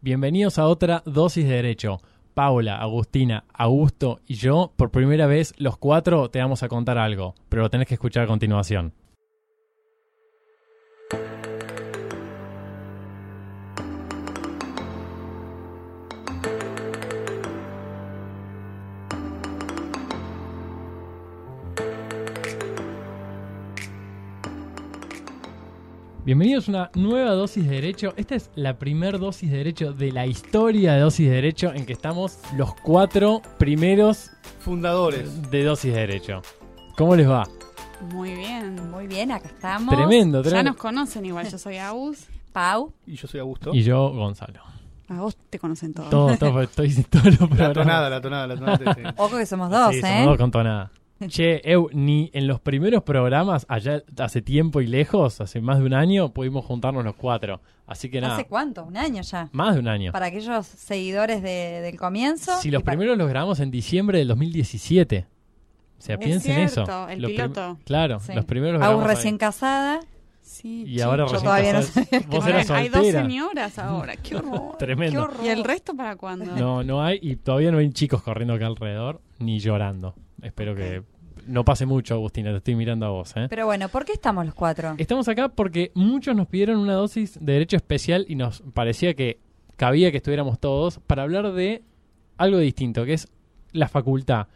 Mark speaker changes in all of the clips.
Speaker 1: Bienvenidos a otra dosis de derecho. Paula, Agustina, Augusto y yo, por primera vez, los cuatro te vamos a contar algo, pero lo tenés que escuchar a continuación. Bienvenidos a una nueva dosis de derecho. Esta es la primer dosis de derecho de la historia de dosis de derecho en que estamos los cuatro primeros
Speaker 2: Fundadores.
Speaker 1: de dosis de derecho. ¿Cómo les va?
Speaker 3: Muy bien.
Speaker 4: Muy bien, acá estamos.
Speaker 1: Tremendo,
Speaker 3: Ya
Speaker 1: tremendo.
Speaker 3: nos conocen igual, yo soy Agus.
Speaker 4: Pau,
Speaker 2: Y yo soy Augusto.
Speaker 1: Y yo, Gonzalo.
Speaker 3: A vos te conocen todos.
Speaker 1: Todo, todo, estoy todo lo
Speaker 2: La
Speaker 1: programado.
Speaker 2: tonada, la tonada, la tonada. sí, sí.
Speaker 4: ojo que somos dos,
Speaker 1: Sí,
Speaker 4: ¿eh?
Speaker 1: somos dos con tonada. Che, Eu, ni en los primeros programas, allá hace tiempo y lejos, hace más de un año, pudimos juntarnos los cuatro. Así que nada,
Speaker 4: ¿Hace cuánto? ¿Un año ya?
Speaker 1: más de un año.
Speaker 4: Para aquellos seguidores de- del comienzo.
Speaker 1: Si los
Speaker 4: y para-
Speaker 1: primeros los grabamos en diciembre del 2017. O sea,
Speaker 3: Es
Speaker 1: piensen
Speaker 3: cierto,
Speaker 1: eso.
Speaker 3: el
Speaker 1: Los prim-
Speaker 3: piloto.
Speaker 1: Claro,
Speaker 4: Sí.
Speaker 1: los primeros los
Speaker 4: Aún
Speaker 1: grabamos ahí.
Speaker 4: recién casada.
Speaker 3: Sí,
Speaker 1: Y
Speaker 3: che,
Speaker 1: ahora
Speaker 3: yo
Speaker 1: recién
Speaker 4: todavía no
Speaker 1: casado.
Speaker 4: sabía que
Speaker 1: Vos
Speaker 3: Ahora
Speaker 1: eras
Speaker 3: Hay dos
Speaker 1: soltera.
Speaker 3: señoras ahora, qué horror.
Speaker 4: Qué
Speaker 1: Tremendo.
Speaker 4: horror.
Speaker 3: ¿Y el resto para cuándo?
Speaker 1: No, no hay, y todavía no hay chicos corriendo acá alrededor, ni llorando. Espero que no pase mucho, Agustina, te estoy mirando a vos, ¿eh?
Speaker 4: Pero bueno, ¿por qué estamos los cuatro?
Speaker 1: Estamos acá porque muchos nos pidieron una dosis de derecho especial y nos parecía que cabía que estuviéramos todos para hablar de algo distinto, que es la facultad.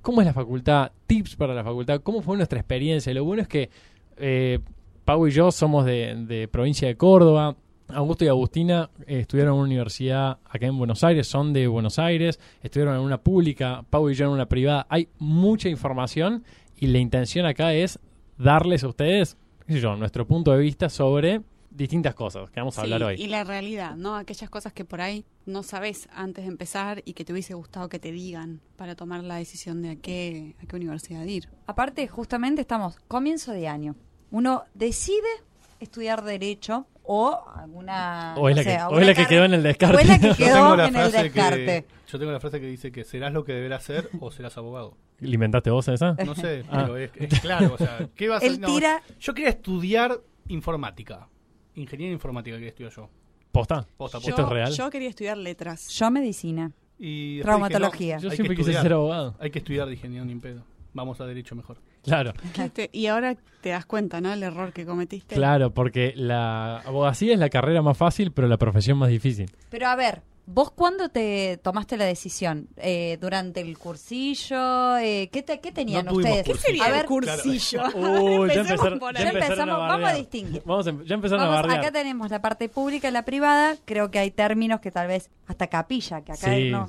Speaker 1: ¿Cómo es la facultad? Tips para la facultad. ¿Cómo fue nuestra experiencia? Lo bueno es que eh, Pau y yo somos de, de provincia de Córdoba. Augusto y Agustina eh, estudiaron en una universidad acá en Buenos Aires, son de Buenos Aires, estuvieron en una pública, Pau y yo en una privada. Hay mucha información y la intención acá es darles a ustedes, qué sé yo, nuestro punto de vista sobre distintas cosas que vamos a
Speaker 3: Sí,
Speaker 1: hablar hoy.
Speaker 3: Y la realidad, ¿no? Aquellas cosas que por ahí no sabes antes de empezar y que te hubiese gustado que te digan para tomar la decisión de a qué, a qué universidad ir.
Speaker 4: Aparte, justamente estamos comienzo de año. Uno decide estudiar Derecho o alguna.
Speaker 1: O es
Speaker 4: no
Speaker 1: la que-
Speaker 4: sé,
Speaker 1: o
Speaker 4: alguna
Speaker 1: es la que
Speaker 4: carre-
Speaker 1: quedó en el descarte.
Speaker 4: O es la que
Speaker 1: Yo
Speaker 2: Yo
Speaker 4: quedó
Speaker 2: tengo la
Speaker 4: en el
Speaker 2: frase
Speaker 4: descarte.
Speaker 2: que yo tengo la frase que dice que serás lo que deberás ser o serás abogado.
Speaker 1: ¿Alimentaste vos esa?
Speaker 4: Eh,
Speaker 2: No sé,
Speaker 1: Ah.
Speaker 2: pero es, es claro, o sea, ¿qué vas a
Speaker 4: Él
Speaker 2: no,
Speaker 4: tira-
Speaker 2: Yo quería estudiar informática. Ingeniería informática quería estudiar yo.
Speaker 1: ¿Posta?
Speaker 2: Posta,
Speaker 3: Yo,
Speaker 1: ¿Esto es real?
Speaker 3: yo quería estudiar letras.
Speaker 4: Yo medicina.
Speaker 2: Y después
Speaker 4: Traumatología.
Speaker 2: dije,
Speaker 1: Yo
Speaker 2: no, hay
Speaker 1: siempre
Speaker 2: que
Speaker 1: quise
Speaker 2: estudiar.
Speaker 1: ser abogado.
Speaker 2: Hay que estudiar, dije, ni un pedo. Vamos a derecho mejor.
Speaker 1: Claro,
Speaker 3: Este, y ahora te das cuenta, ¿no? El error que cometiste.
Speaker 1: claro, porque la abogacía es la carrera más fácil, pero la profesión más difícil.
Speaker 4: Pero a ver, ¿vos cuándo te tomaste la decisión? Eh, ¿Durante el cursillo? Eh, ¿qué, te- qué tenían
Speaker 2: No tuvimos
Speaker 4: ustedes?
Speaker 2: cursillo.
Speaker 3: Sería
Speaker 4: A
Speaker 3: el
Speaker 4: ver,
Speaker 3: cursillo.
Speaker 1: Uy, ya
Speaker 3: Empecemos
Speaker 1: empezaron,
Speaker 3: por
Speaker 1: ya
Speaker 3: ahí.
Speaker 4: Ya
Speaker 1: empezaron a
Speaker 4: empezamos, vamos a
Speaker 1: bardear.
Speaker 4: distinguir.
Speaker 1: Vamos a em- ya empezaron a
Speaker 4: Vamos,
Speaker 1: bardear.
Speaker 4: acá tenemos la parte pública y la privada. Creo que hay términos que tal vez hasta capilla, que acá
Speaker 1: Sí.
Speaker 4: no.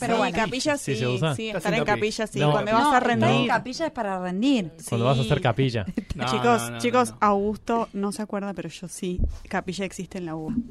Speaker 4: Pero
Speaker 3: sí,
Speaker 4: bueno,
Speaker 3: capilla
Speaker 1: Sí,
Speaker 3: sí,
Speaker 1: se usa.
Speaker 3: sí,
Speaker 2: Estás
Speaker 3: estar
Speaker 2: en
Speaker 3: en
Speaker 2: capi.
Speaker 3: capilla sí,
Speaker 1: No,
Speaker 3: cuando
Speaker 1: no,
Speaker 3: vas a
Speaker 4: estar en
Speaker 3: rendir.
Speaker 4: capilla es para rendir.
Speaker 1: Cuando vas a hacer capilla.
Speaker 2: No,
Speaker 3: chicos,
Speaker 2: no, no,
Speaker 3: chicos,
Speaker 2: no, no.
Speaker 3: Augusto no se acuerda, pero yo sí. Capilla existe en la U.
Speaker 2: Mm.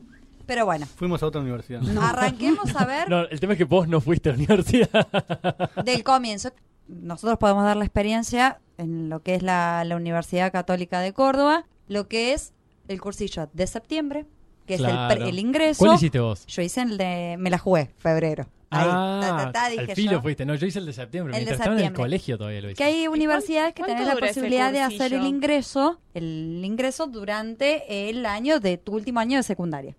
Speaker 4: Pero bueno,
Speaker 2: Fuimos a otra universidad.
Speaker 4: arranquemos a ver
Speaker 1: No, el tema es que vos no fuiste a la universidad.
Speaker 4: del comienzo. Nosotros podemos dar la experiencia en lo que es la, la Universidad Católica de Córdoba, lo que es el cursillo de septiembre, que es el
Speaker 1: Claro.
Speaker 4: pre- el, ingreso.
Speaker 1: ¿Cuál hiciste vos?
Speaker 4: Yo hice el de. Me la jugué, febrero. Ahí. ta, ta, ta, dije
Speaker 1: Ah, al filo
Speaker 4: yo.
Speaker 1: fuiste. No, yo hice el de septiembre.
Speaker 4: El de
Speaker 1: Mientras estaba en el
Speaker 4: septiembre.
Speaker 1: colegio todavía lo hice.
Speaker 4: Que hay universidades que
Speaker 3: cuánto
Speaker 4: tienen la
Speaker 3: dura ese
Speaker 4: posibilidad de hacer
Speaker 3: cursillo?
Speaker 4: el ingreso, el ingreso durante el año de tu último año de secundaria.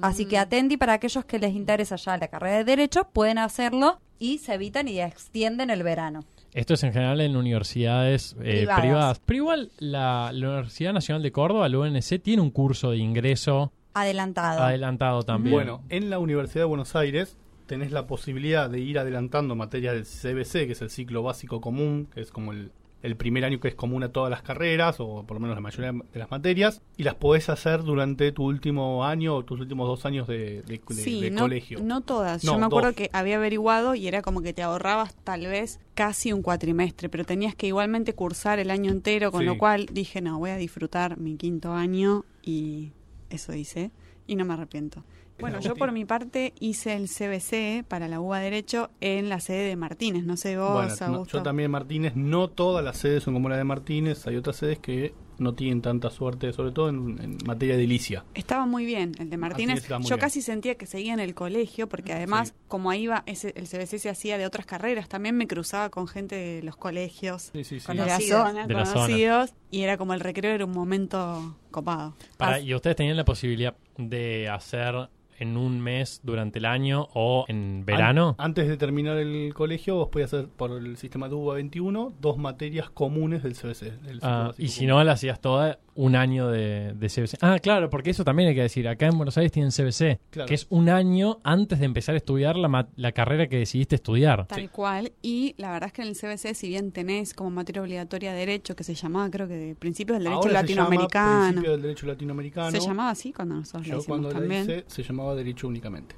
Speaker 4: Así
Speaker 1: Mm.
Speaker 4: que atendi para aquellos que les interesa ya la carrera de Derecho, pueden hacerlo y se evitan y extienden el verano.
Speaker 1: Esto es en general en universidades eh, privadas.
Speaker 4: Privadas.
Speaker 1: Pero igual la, la Universidad Nacional de Córdoba, la UNC, tiene un curso de ingreso
Speaker 4: Adelantado.
Speaker 1: adelantado también.
Speaker 2: Bueno, en la Universidad de Buenos Aires tenés la posibilidad de ir adelantando materias del CBC, que es el ciclo básico común, que es como el, el primer año que es común a todas las carreras, o por lo menos la mayoría de las materias, y las podés hacer durante tu último año o tus últimos dos años de, de- de-
Speaker 3: Sí,
Speaker 2: de
Speaker 3: no,
Speaker 2: colegio.
Speaker 3: no todas.
Speaker 2: No,
Speaker 3: Yo me acuerdo
Speaker 2: dos.
Speaker 3: que había averiguado y era como que te ahorrabas tal vez casi un cuatrimestre, pero tenías que igualmente cursar el año entero, con
Speaker 2: Sí.
Speaker 3: lo cual dije, no, voy a disfrutar mi quinto año y eso hice y no me arrepiento. Bueno, yo
Speaker 2: Agustín.
Speaker 3: por mi parte hice el CBC para la UBA Derecho en la sede de Martínez, no sé vos,
Speaker 2: Bueno, no,
Speaker 3: Augusto.
Speaker 2: yo también en Martínez, no todas las sedes son como la de Martínez, hay otras sedes que no tienen tanta suerte, sobre todo en, en materia de edilicia.
Speaker 3: Estaba muy bien el de
Speaker 2: Martínez
Speaker 3: Martínez.
Speaker 2: estaba muy
Speaker 3: Yo
Speaker 2: bien.
Speaker 3: casi sentía que seguía en el colegio, porque además,
Speaker 2: Sí.
Speaker 3: como ahí iba, ese- el CBC se hacía de otras carreras. También me cruzaba con gente de los colegios,
Speaker 2: Sí, sí, sí.
Speaker 4: Con
Speaker 3: de la
Speaker 4: Conocidos.
Speaker 3: zona,
Speaker 1: De la zona.
Speaker 3: conocidos. Y era como el recreo, era un momento copado.
Speaker 1: Pará,
Speaker 4: As-
Speaker 1: y ustedes tenían la posibilidad de hacer en un mes durante el año o en verano.
Speaker 2: An- antes de terminar el colegio, vos podías hacer por el sistema de UBA 21 dos materias comunes del CBC. del ciclo
Speaker 1: Ah,
Speaker 2: básico
Speaker 1: y si
Speaker 2: común.
Speaker 1: no, la hacías toda un año de, de CBC. Ah, claro, porque eso también hay que decir. Acá en Buenos Aires tienen CBC,
Speaker 2: Claro.
Speaker 1: que es un año antes de empezar a estudiar la, ma- la carrera que decidiste estudiar.
Speaker 3: Tal cual. Y la verdad es que en el CBC, si bien tenés como materia obligatoria derecho, que se llamaba, creo que de principios del derecho
Speaker 2: Ahora se llama
Speaker 3: latinoamericano.
Speaker 2: Principio del derecho latinoamericano.
Speaker 3: Se llamaba así cuando nosotros lo
Speaker 2: Yo
Speaker 3: hicimos
Speaker 2: cuando la
Speaker 3: también.
Speaker 2: hice, se llamaba derecho únicamente.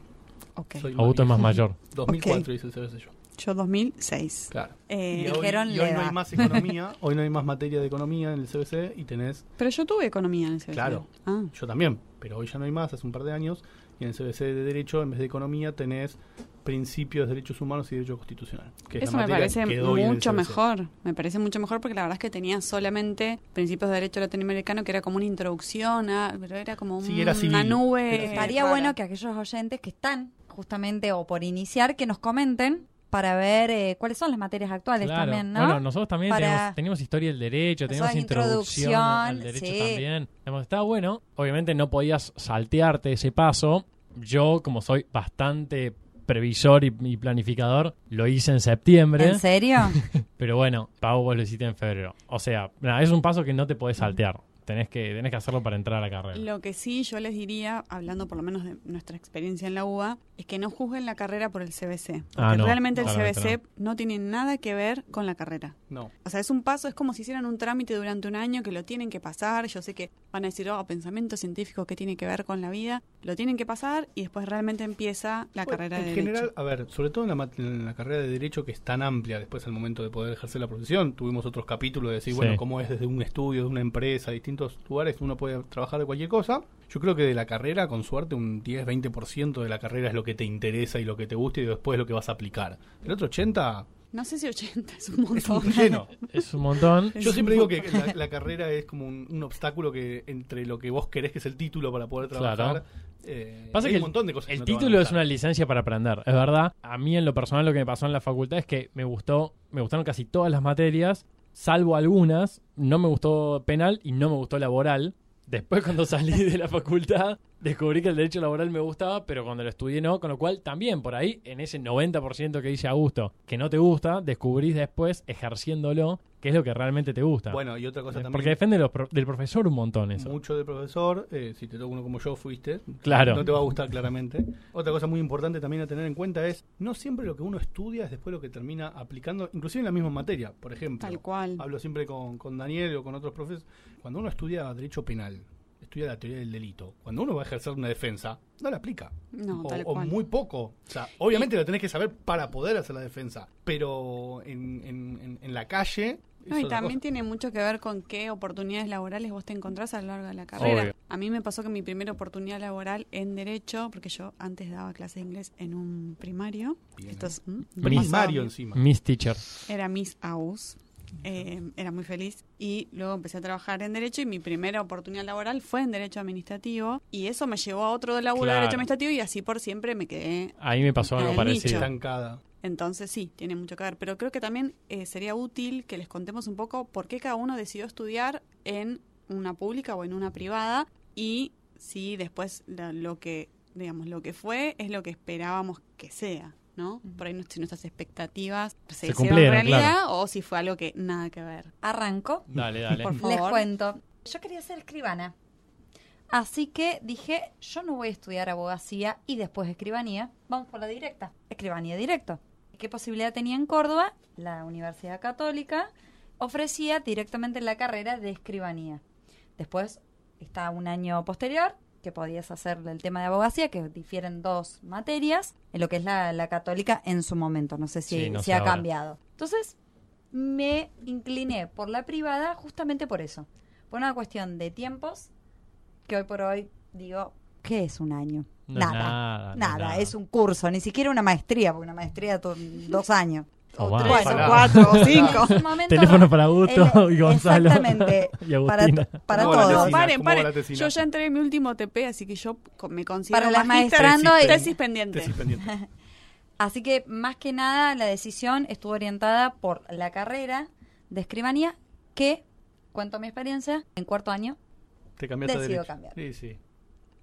Speaker 3: Ok.
Speaker 2: Soy
Speaker 1: Augusto es
Speaker 2: viejo.
Speaker 1: más mayor.
Speaker 2: 2004
Speaker 3: Ok.
Speaker 2: hice el CBC yo.
Speaker 3: Yo 2006.
Speaker 2: Claro.
Speaker 3: Eh,
Speaker 2: y hoy,
Speaker 4: dijeron
Speaker 2: y hoy
Speaker 4: le
Speaker 2: no
Speaker 4: da.
Speaker 2: hay más economía, hoy no hay más materia de economía en el CBC y tenés,
Speaker 3: pero yo tuve economía en el CBC.
Speaker 2: Claro.
Speaker 3: Ah,
Speaker 2: yo también, pero hoy ya no hay más, hace un par de años, y en el CBC de Derecho, en vez de economía, tenés principios de derechos humanos y derecho constitucional. que es la
Speaker 3: Eso me
Speaker 2: materia
Speaker 3: parece
Speaker 2: que doy en el
Speaker 3: mucho
Speaker 2: CBC.
Speaker 3: mejor. Me parece mucho mejor porque la verdad es que tenía solamente principios de derecho latinoamericano que era como una introducción, a, pero era como
Speaker 2: Sí,
Speaker 3: un-
Speaker 2: era
Speaker 3: una
Speaker 2: civil.
Speaker 3: nube.
Speaker 2: Era civil.
Speaker 4: Estaría
Speaker 3: rara.
Speaker 4: bueno que aquellos oyentes que están justamente o por iniciar, que nos comenten para ver eh, cuáles son las materias actuales
Speaker 1: Claro.
Speaker 4: también, ¿no?
Speaker 1: Bueno, nosotros también
Speaker 4: Para-
Speaker 1: teníamos, teníamos historia del derecho,
Speaker 4: Nosotros
Speaker 1: teníamos introducción al
Speaker 4: introducción,
Speaker 1: derecho
Speaker 4: sí.
Speaker 1: también. Hemos- Estaba bueno. Obviamente no podías saltearte ese paso. Yo, como soy bastante previsor y, y planificador, lo hice en septiembre.
Speaker 4: ¿En serio?
Speaker 1: Pero bueno, Pau, vos lo hiciste en febrero. O sea, nada, es un paso que no te podés saltear. Tenés que, tenés que hacerlo para entrar a la carrera.
Speaker 3: Lo que sí yo les diría, hablando por lo menos de nuestra experiencia en la UBA, es que no juzguen la carrera por el CBC. Porque
Speaker 1: Ah, no,
Speaker 3: realmente el
Speaker 1: claramente
Speaker 3: CBC no tiene nada que ver con la carrera.
Speaker 2: No.
Speaker 3: O sea, es un paso, es como si hicieran un trámite durante un año que lo tienen que pasar. Yo sé que van a decir, oh, pensamiento científico que tiene que ver con la vida. Lo tienen que pasar y después realmente empieza la
Speaker 2: Bueno,
Speaker 3: carrera
Speaker 2: en
Speaker 3: de
Speaker 2: general,
Speaker 3: Derecho.
Speaker 2: a ver, sobre todo en la, mat- en la carrera de Derecho, que es tan amplia después al momento de poder ejercer la profesión, tuvimos otros capítulos de decir,
Speaker 1: Sí.
Speaker 2: bueno, cómo es desde un estudio, de una empresa, distintos lugares, uno puede trabajar de cualquier cosa. Yo creo que de la carrera, con suerte, un 10-20% de la carrera es lo que te interesa y lo que te gusta y después lo que vas a aplicar. El otro 80%
Speaker 3: No sé si 80 es un montón.
Speaker 2: es un relleno.
Speaker 1: Es un montón.
Speaker 3: Es
Speaker 2: Yo
Speaker 3: un
Speaker 2: siempre digo que la, la carrera es como un, un obstáculo que entre lo que vos querés, que es el título para poder
Speaker 1: Claro.
Speaker 2: trabajar, eh,
Speaker 1: Pasa
Speaker 2: hay
Speaker 1: que
Speaker 2: un montón de cosas. que
Speaker 1: El
Speaker 2: no te van a
Speaker 1: título es
Speaker 2: gustar.
Speaker 1: una licencia para aprender, es verdad. A mí en lo personal lo que me pasó en la facultad es que me gustó, me gustaron casi todas las materias, salvo algunas. No me gustó penal y no me gustó laboral. Después cuando salí de la facultad descubrí que el derecho laboral me gustaba, pero cuando lo estudié no, con lo cual también por ahí en ese 90% que dice Augusto que no te gusta, descubrís después ejerciéndolo que es lo que realmente te gusta. Eh,
Speaker 2: Bueno, y otra cosa también.
Speaker 1: Porque depende de los pro- del profesor un montón eso.
Speaker 2: mucho de profesor, eh, si te toca uno como yo fuiste,
Speaker 1: Claro.
Speaker 2: no te va a gustar claramente. Otra cosa muy importante también a tener en cuenta es, no siempre lo que uno estudia es después lo que termina aplicando, inclusive en la misma materia, por ejemplo.
Speaker 3: Tal cual.
Speaker 2: Hablo siempre con, con Daniel o con otros profes. Cuando uno estudia derecho penal, estudia la teoría del delito, cuando uno va a ejercer una defensa, no la aplica.
Speaker 3: No,
Speaker 2: o,
Speaker 3: tal
Speaker 2: o
Speaker 3: cual.
Speaker 2: muy poco. O sea, obviamente lo tenés que saber para poder hacer la defensa, pero en, en- en- en la calle...
Speaker 3: No,
Speaker 2: es
Speaker 3: y
Speaker 2: otra
Speaker 3: también
Speaker 2: cosa.
Speaker 3: tiene mucho que ver con qué oportunidades laborales vos te encontrás a lo largo de la carrera.
Speaker 1: Obvio.
Speaker 3: A mí me pasó que mi primera oportunidad laboral en Derecho, porque yo antes daba clases de inglés en un primario.
Speaker 2: Bien.
Speaker 3: Esto es, mm, ¿m?
Speaker 1: eh. Primario
Speaker 2: Primario
Speaker 3: Pasado.
Speaker 2: encima.
Speaker 1: Miss Teacher.
Speaker 3: Era Miss Aus. eh, era muy feliz y luego empecé a trabajar en Derecho y mi primera oportunidad laboral fue en Derecho Administrativo y eso me llevó a otro laburo de
Speaker 1: Claro.
Speaker 3: Derecho Administrativo y así por siempre me quedé
Speaker 1: Ahí me pasó algo
Speaker 3: Al
Speaker 1: parecido.
Speaker 3: nicho.
Speaker 2: Estancada.
Speaker 3: entonces sí, tiene mucho que ver. Pero creo que también eh, sería útil que les contemos un poco por qué cada uno decidió estudiar en una pública o en una privada y si después la- lo que, digamos, lo que fue es lo que esperábamos que sea, ¿no? Por ahí no- si nuestras expectativas se,
Speaker 1: Se
Speaker 3: hicieron
Speaker 1: cumplieron,
Speaker 3: realidad o si fue algo que nada que ver.
Speaker 4: Arranco.
Speaker 1: Dale, dale.
Speaker 3: Por
Speaker 4: Les
Speaker 3: favor.
Speaker 4: cuento. Yo quería ser escribana. Así que dije, yo no voy a estudiar abogacía y después escribanía. Vamos por la directa. Escribanía directo. ¿Qué posibilidad tenía en Córdoba? La Universidad Católica ofrecía directamente la carrera de escribanía. Después está un año posterior que podías hacer el tema de abogacía, que difieren dos materias, en lo que es la, la católica en su momento. No sé si,
Speaker 1: Sí, no
Speaker 4: si
Speaker 1: sé
Speaker 4: ha
Speaker 1: ahora.
Speaker 4: cambiado. Entonces me incliné por la privada justamente por eso. Por una cuestión de tiempos, que hoy por hoy digo, ¿qué es un año?
Speaker 1: No,
Speaker 4: nada.
Speaker 1: nada, no,
Speaker 4: Nada,
Speaker 1: nada.
Speaker 4: es un curso, ni siquiera una maestría, porque una maestría to- dos años.
Speaker 1: O
Speaker 3: o
Speaker 1: más.
Speaker 3: tres,
Speaker 2: Ojalá.
Speaker 3: o cuatro, o cinco.
Speaker 4: En ese momento-
Speaker 1: Oh, Teléfono para Augusto
Speaker 4: El-
Speaker 1: y Gonzalo.
Speaker 4: Exactamente.
Speaker 1: y
Speaker 4: Para,
Speaker 1: Agustina.
Speaker 4: para
Speaker 2: Como la
Speaker 4: todos.
Speaker 2: tesina,
Speaker 3: paren,
Speaker 2: como la
Speaker 3: paren.
Speaker 2: tesina.
Speaker 3: Yo ya entregué mi último TP, así que yo co- me considero
Speaker 4: Para las
Speaker 3: magíster.
Speaker 4: maestrando y-
Speaker 3: tesis pendiente.
Speaker 2: Tesis pendiente.
Speaker 4: Así que más que nada la decisión estuvo orientada por la carrera de escribanía que, cuento mi experiencia, en cuarto año
Speaker 2: Te cambiaste a
Speaker 4: Decido
Speaker 2: derecho.
Speaker 4: cambiar.
Speaker 2: Sí, sí.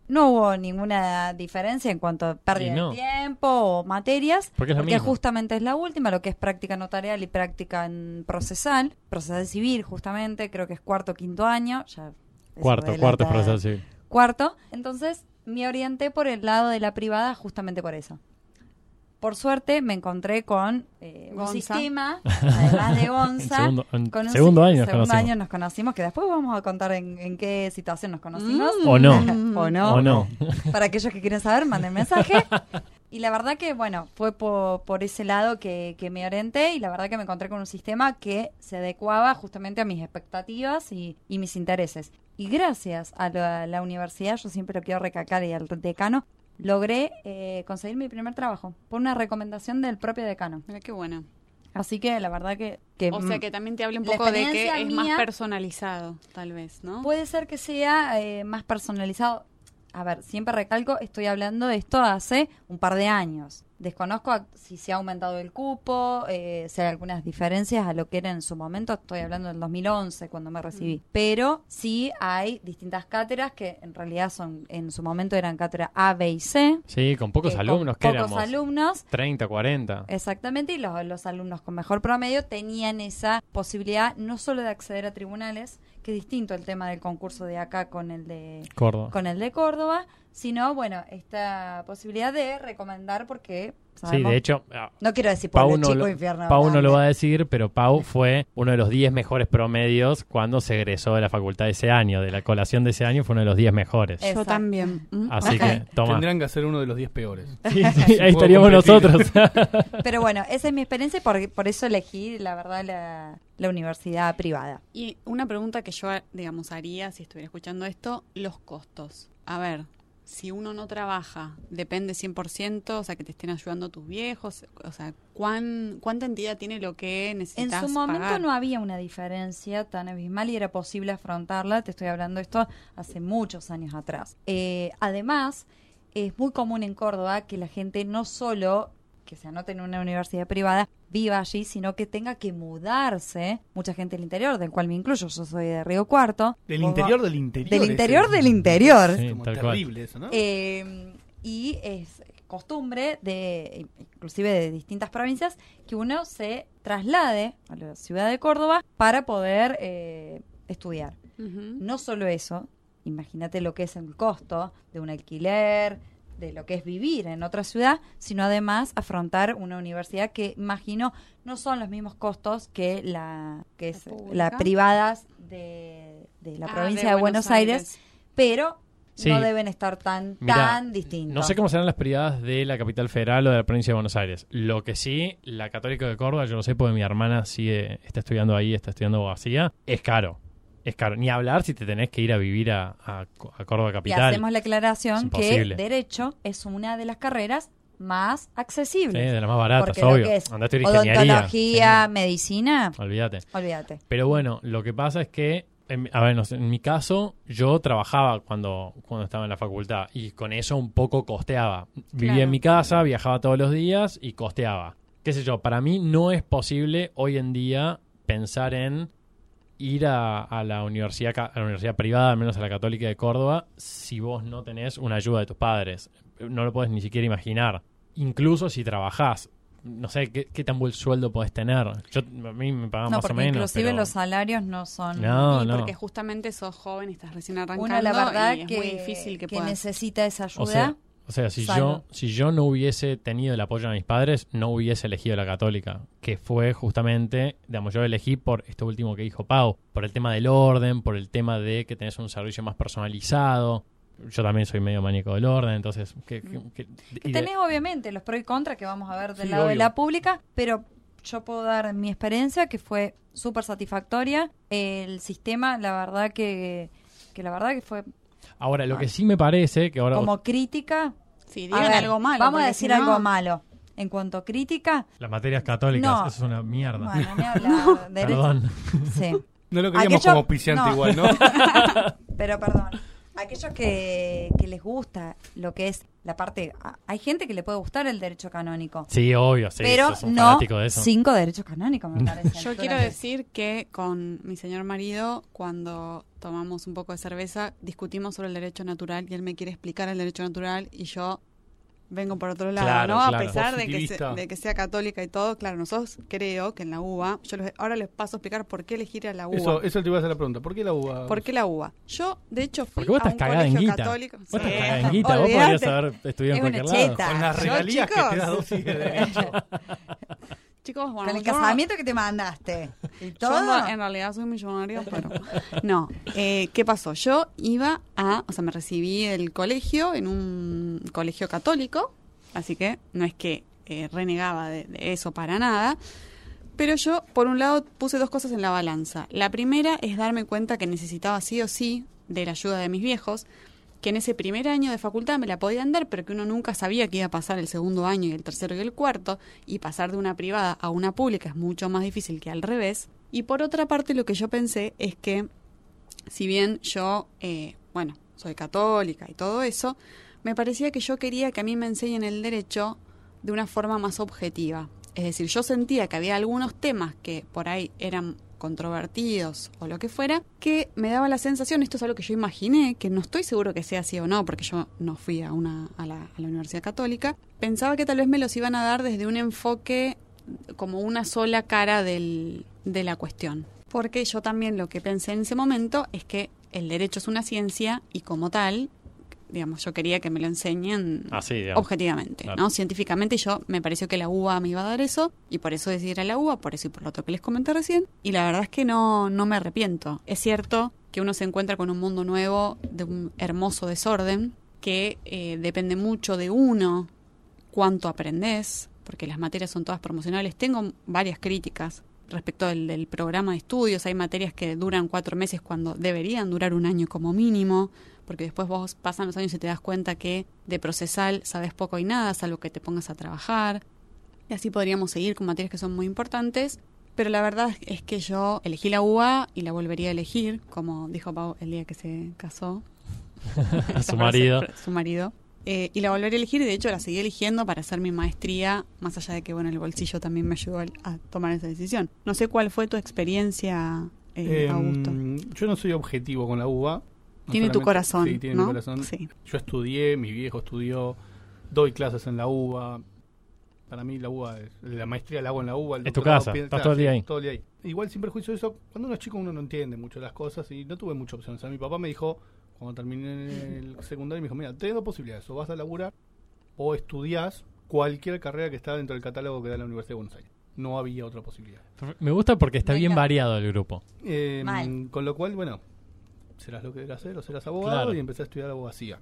Speaker 4: No hubo ninguna diferencia en cuanto a pérdida
Speaker 1: Y no.
Speaker 4: de tiempo o materias,
Speaker 1: Porque es la
Speaker 4: porque
Speaker 1: misma.
Speaker 4: justamente es la última, lo que es práctica notarial y práctica en procesal, procesal civil justamente, creo que es cuarto, quinto año, ya eso
Speaker 1: Cuarto,
Speaker 4: adelanta-
Speaker 1: cuarto es procesal civil.
Speaker 4: Cuarto, entonces me orienté por el lado de la privada justamente por eso. Por suerte me encontré con eh, un
Speaker 3: Gonza.
Speaker 4: sistema, además de Gonza,
Speaker 1: segundo- en
Speaker 4: con un
Speaker 1: segundo
Speaker 4: si-
Speaker 1: año nos
Speaker 4: segundo
Speaker 1: conocimos.
Speaker 4: año nos conocimos, que después vamos a contar en, en qué situación nos conocimos.
Speaker 1: Mm. O no.
Speaker 4: o no.
Speaker 1: ¿O no?
Speaker 4: Para aquellos que quieren saber, manden mensaje. Y la verdad que, bueno, fue po- por, ese lado que, que me orienté y la verdad que me encontré con un sistema que se adecuaba justamente a mis expectativas y, y mis intereses. Y gracias a la, la universidad, yo siempre lo quiero recalcar y al decano, logré eh, conseguir mi primer trabajo por una recomendación del propio decano.
Speaker 3: Mira qué bueno.
Speaker 4: Así que la verdad que... que
Speaker 3: O sea que también te habla un
Speaker 4: La
Speaker 3: poco de que
Speaker 4: experiencia
Speaker 3: es
Speaker 4: mía-
Speaker 3: más personalizado, tal vez, ¿no?
Speaker 4: Puede ser que sea eh, más personalizado. A ver, siempre recalco, estoy hablando de esto hace un par de años. Desconozco a- si se ha aumentado el cupo, eh, si hay algunas diferencias a lo que era en su momento. Estoy hablando del 2011, cuando me recibí.
Speaker 1: Mm.
Speaker 4: Pero sí hay distintas cátedras que en realidad son, en su momento eran cátedras A, B y C.
Speaker 1: Sí, con pocos
Speaker 4: eh, con
Speaker 1: alumnos que
Speaker 4: Pocos
Speaker 1: éramos.
Speaker 4: alumnos. Eh,
Speaker 1: 30, 40.
Speaker 4: Exactamente, y los, los alumnos con mejor promedio tenían esa posibilidad no solo de acceder a tribunales, que es distinto el tema del concurso de acá con el de
Speaker 1: Córdoba.
Speaker 4: con el de Córdoba, sino bueno, esta posibilidad de recomendar porque
Speaker 1: Sí,
Speaker 4: sabemos-
Speaker 1: de hecho, ah,
Speaker 4: no quiero decir
Speaker 1: Pau
Speaker 4: pueblo
Speaker 1: no
Speaker 4: chico
Speaker 1: lo-
Speaker 4: infierno.
Speaker 1: Pau no
Speaker 4: grande.
Speaker 1: lo va a decir, pero Pau fue uno de los 10 mejores promedios cuando se egresó de la facultad ese año. De la colación de ese año fue uno de los 10 mejores.
Speaker 4: Eh,
Speaker 3: Yo
Speaker 4: Exacto.
Speaker 3: también. Mm.
Speaker 1: Así que, toma.
Speaker 2: Tendrán que hacer uno de los 10 peores.
Speaker 1: Sí, sí, ahí
Speaker 2: puedo
Speaker 1: estaríamos
Speaker 2: competir.
Speaker 1: nosotros.
Speaker 4: Pero bueno, esa es mi experiencia y por, por eso elegí la verdad la, la universidad privada.
Speaker 3: Y una pregunta que yo, digamos, haría si estuviera escuchando esto, los costos. A ver, si uno no trabaja, depende 100%, o sea, que te estén ayudando tus viejos, o sea, ¿cuán, ¿cuánta entidad tiene lo que
Speaker 4: En
Speaker 3: necesitas
Speaker 4: su momento
Speaker 3: pagar?
Speaker 4: no había una diferencia tan abismal y era posible afrontarla. Te estoy hablando esto hace muchos años atrás. Eh, además, es muy común en Córdoba que la gente no solo que se anote en una universidad privada viva allí, sino que tenga que mudarse. Mucha gente del interior, del cual me incluyo, yo soy de Río Cuarto.
Speaker 2: Del
Speaker 4: Vos-
Speaker 2: interior del interior.
Speaker 4: Del
Speaker 2: ese.
Speaker 4: interior del interior.
Speaker 2: Es
Speaker 1: Sí,
Speaker 2: como
Speaker 1: tal cual.
Speaker 2: terrible eso, ¿no?
Speaker 4: Eh, y es costumbre de, inclusive de distintas provincias, que uno se traslade a la ciudad de Córdoba para poder eh, estudiar.
Speaker 3: Ujú.
Speaker 4: No solo eso, imagínate lo que es el costo de un alquiler, de lo que es vivir en otra ciudad, sino además afrontar una universidad que imagino no son los mismos costos que la que es eh,
Speaker 3: pública.
Speaker 4: la privada de, de la
Speaker 3: Ah,
Speaker 4: provincia de, Buenos Aires pero
Speaker 1: Sí.
Speaker 4: no deben estar tan,
Speaker 1: Mirá,
Speaker 4: tan distintos.
Speaker 1: No sé cómo serán las privadas de la capital federal o de la provincia de Buenos Aires. Lo que sí, la Católica de Córdoba, yo lo sé porque mi hermana sigue, está estudiando ahí, está estudiando abogacía, es caro. Es caro. Ni hablar si te tenés que ir a vivir a, a- a Córdoba
Speaker 4: Y
Speaker 1: Capital.
Speaker 4: hacemos la
Speaker 1: Es
Speaker 4: aclaración que
Speaker 1: imposible.
Speaker 4: Derecho es una de las carreras más
Speaker 1: Sí,
Speaker 4: accesibles.
Speaker 1: de las más baratas,
Speaker 4: porque
Speaker 1: obvio.
Speaker 4: lo que es
Speaker 1: Andá a estudiar ingeniería.
Speaker 4: odontología, medicina,
Speaker 1: Sí, olvídate.
Speaker 4: olvídate.
Speaker 1: Pero bueno, lo que pasa es que, en, mi- a ver, no sé, en mi caso, yo trabajaba cuando, cuando estaba en la facultad y con eso un poco costeaba. Vivía
Speaker 3: Claro.
Speaker 1: en mi casa, viajaba todos los días y costeaba. Qué sé yo, para mí no es posible hoy en día pensar en ir a, a la universidad ca- a la universidad privada, al menos a la Católica de Córdoba, si vos no tenés una ayuda de tus padres. No lo podés ni siquiera imaginar. Incluso si trabajás. No sé qué, qué tan buen sueldo podés tener. Yo, a mí me pagaban Ah, más
Speaker 4: No,
Speaker 1: o
Speaker 4: porque
Speaker 1: menos.
Speaker 4: inclusive
Speaker 1: pero-
Speaker 4: los salarios no son...
Speaker 1: no,
Speaker 3: y
Speaker 1: no.
Speaker 3: porque justamente sos joven, estás recién arrancando
Speaker 4: Uno, la verdad,
Speaker 3: y es
Speaker 4: que,
Speaker 3: muy difícil que,
Speaker 4: que
Speaker 3: puedas.
Speaker 4: necesita esa ayuda.
Speaker 1: O sea, o sea si,
Speaker 4: salvo.
Speaker 1: yo, si yo no hubiese tenido el apoyo de mis padres, no hubiese elegido la católica, que fue justamente, digamos, yo elegí por esto último que dijo Pau, por el tema del orden, por el tema de que tenés un servicio más personalizado. Yo también soy medio maníaco del orden, entonces... Que, que- que-
Speaker 4: Que
Speaker 1: y de-
Speaker 4: tenés obviamente los pros y contras que vamos a ver del
Speaker 2: Sí,
Speaker 4: lado de
Speaker 2: obvio.
Speaker 4: la pública, pero yo puedo dar mi experiencia que fue súper satisfactoria. El sistema, la verdad que, que la verdad que fue
Speaker 1: Ahora, lo que sí me parece, que ahora
Speaker 4: como crítica.
Speaker 3: Sí,
Speaker 4: A
Speaker 3: digan
Speaker 4: ver,
Speaker 3: algo malo.
Speaker 4: Vamos a
Speaker 3: porque
Speaker 4: decir
Speaker 3: si no-
Speaker 4: algo malo. En cuanto a crítica,
Speaker 1: las materias católicas,
Speaker 4: No.
Speaker 1: eso es una mierda.
Speaker 4: bueno, me habla de
Speaker 1: Perdón.
Speaker 4: Sí,
Speaker 2: No lo queríamos
Speaker 4: Aquello-
Speaker 2: como auspiciante
Speaker 4: no.
Speaker 2: igual, ¿no?
Speaker 4: pero perdón. aquellos que, que les gusta lo que es la parte... a- Hay gente que le puede gustar el derecho canónico,
Speaker 1: Sí, obvio, sí.
Speaker 4: pero
Speaker 1: sos un
Speaker 4: no
Speaker 1: fanático de eso.
Speaker 4: cinco derechos canónicos, me parece.
Speaker 3: Yo quiero decir que con mi señor marido, cuando tomamos un poco de cerveza, discutimos sobre el derecho natural y él me quiere explicar el derecho natural y yo vengo por otro lado,
Speaker 1: Claro,
Speaker 3: ¿no? A
Speaker 1: claro.
Speaker 3: pesar de que, se-
Speaker 2: Positivista.
Speaker 3: de que sea católica y todo, claro, nosotros creo que en la uva, yo les- ahora les paso a explicar por qué elegir a la uva.
Speaker 2: Eso, eso te iba a hacer la pregunta. ¿Por qué la uva?
Speaker 3: ¿Por qué la uva? Yo, de hecho, fui
Speaker 1: Porque vos
Speaker 3: a
Speaker 1: estás
Speaker 3: un
Speaker 1: cagada en
Speaker 3: colegio
Speaker 1: guita.
Speaker 3: católico.
Speaker 1: Vos estás
Speaker 3: Sí.
Speaker 1: cagada en guita. Vos
Speaker 3: Olvídate.
Speaker 1: podrías haber estudiado en
Speaker 4: Es una
Speaker 1: cualquier lado.
Speaker 4: cheta.
Speaker 2: Con las
Speaker 3: Yo,
Speaker 2: regalías que te da
Speaker 3: chicos.
Speaker 2: dosis de derecho.
Speaker 3: Chicos, bueno,
Speaker 4: Con el
Speaker 3: yo no-
Speaker 4: casamiento que te mandaste. Y
Speaker 3: Yo
Speaker 4: todo.
Speaker 3: no- en realidad soy millonaria, pero no. Eh, ¿Qué pasó? Yo iba a, o sea, me recibí del colegio en un colegio católico, así que no es que eh, renegaba de, de eso para nada. Pero yo, por un lado, puse dos cosas en la balanza. La primera es darme cuenta que necesitaba sí o sí de la ayuda de mis viejos, que en ese primer año de facultad me la podían dar, pero que uno nunca sabía que iba a pasar el segundo año y el tercero y el cuarto, y pasar de una privada a una pública es mucho más difícil que al revés. Y por otra parte, lo que yo pensé es que, si bien yo, eh, bueno, soy católica y todo eso, me parecía que yo quería que a mí me enseñen el derecho de una forma más objetiva. Es decir, yo sentía que había algunos temas que por ahí eran controvertidos o lo que fuera, que me daba la sensación, esto es algo que yo imaginé, que no estoy seguro que sea así o no, porque yo no fui a, una, a, la, a la Universidad Católica, pensaba que tal vez me los iban a dar desde un enfoque como una sola cara del- de la cuestión. Porque yo también lo que pensé en ese momento es que el derecho es una ciencia y como tal, digamos, yo quería que me lo enseñen
Speaker 1: Así, Ah, digamos.
Speaker 3: objetivamente,
Speaker 1: Claro.
Speaker 3: ¿no? Científicamente yo me pareció que la uva me iba a dar eso y por eso decidí ir a la uva, por eso y por lo otro que les comenté recién. Y la verdad es que no, no me arrepiento. Es cierto que uno se encuentra con un mundo nuevo de un hermoso desorden que eh, depende mucho de uno cuánto aprendés, porque las materias son todas promocionales. Tengo varias críticas respecto del, del programa de estudios. Hay materias que duran cuatro meses cuando deberían durar un año como mínimo, porque después vos pasan los años y te das cuenta que de procesal sabes poco y nada, salvo que te pongas a trabajar. Y así podríamos seguir con materias que son muy importantes. Pero la verdad es que yo elegí la UA y la volvería a elegir, como dijo Pau el día que se casó.
Speaker 1: A su marido.
Speaker 3: Su marido. Eh, y la volvería a elegir y de hecho la seguí eligiendo para hacer mi maestría, más allá de que bueno el bolsillo también me ayudó al- a tomar esa decisión. No sé cuál fue tu experiencia, eh,
Speaker 2: Em,
Speaker 3: Augusto.
Speaker 2: yo no soy objetivo con la uva. No
Speaker 3: Tiene tu
Speaker 2: solamente-
Speaker 3: corazón,
Speaker 2: Sí, tiene
Speaker 3: ¿no?
Speaker 2: mi corazón.
Speaker 3: Sí.
Speaker 2: Yo estudié, mi viejo estudió, doy clases en la UBA. Para mí la UBA, es- la maestría la hago en la UBA. el
Speaker 1: Es tu
Speaker 2: doctorado
Speaker 1: casa,
Speaker 2: pienso-
Speaker 1: estás todo el día
Speaker 2: sí,
Speaker 1: ahí.
Speaker 2: todo el día ahí. Igual sin perjuicio de eso, cuando uno es chico uno no entiende mucho las cosas y no tuve mucha opción. O sea, mi papá me dijo, cuando terminé el secundario, me dijo, mira, tenés dos posibilidades, o vas a laburar o estudiás cualquier carrera que está dentro del catálogo que da la Universidad de Buenos Aires. No había otra posibilidad.
Speaker 1: Me gusta porque está
Speaker 4: Me
Speaker 1: bien
Speaker 4: encanta.
Speaker 1: variado el grupo.
Speaker 2: Eh,
Speaker 4: Mal.
Speaker 2: Con lo cual, bueno, serás lo que debas ser, o serás abogado,
Speaker 1: Claro.
Speaker 2: y empecé a estudiar abogacía.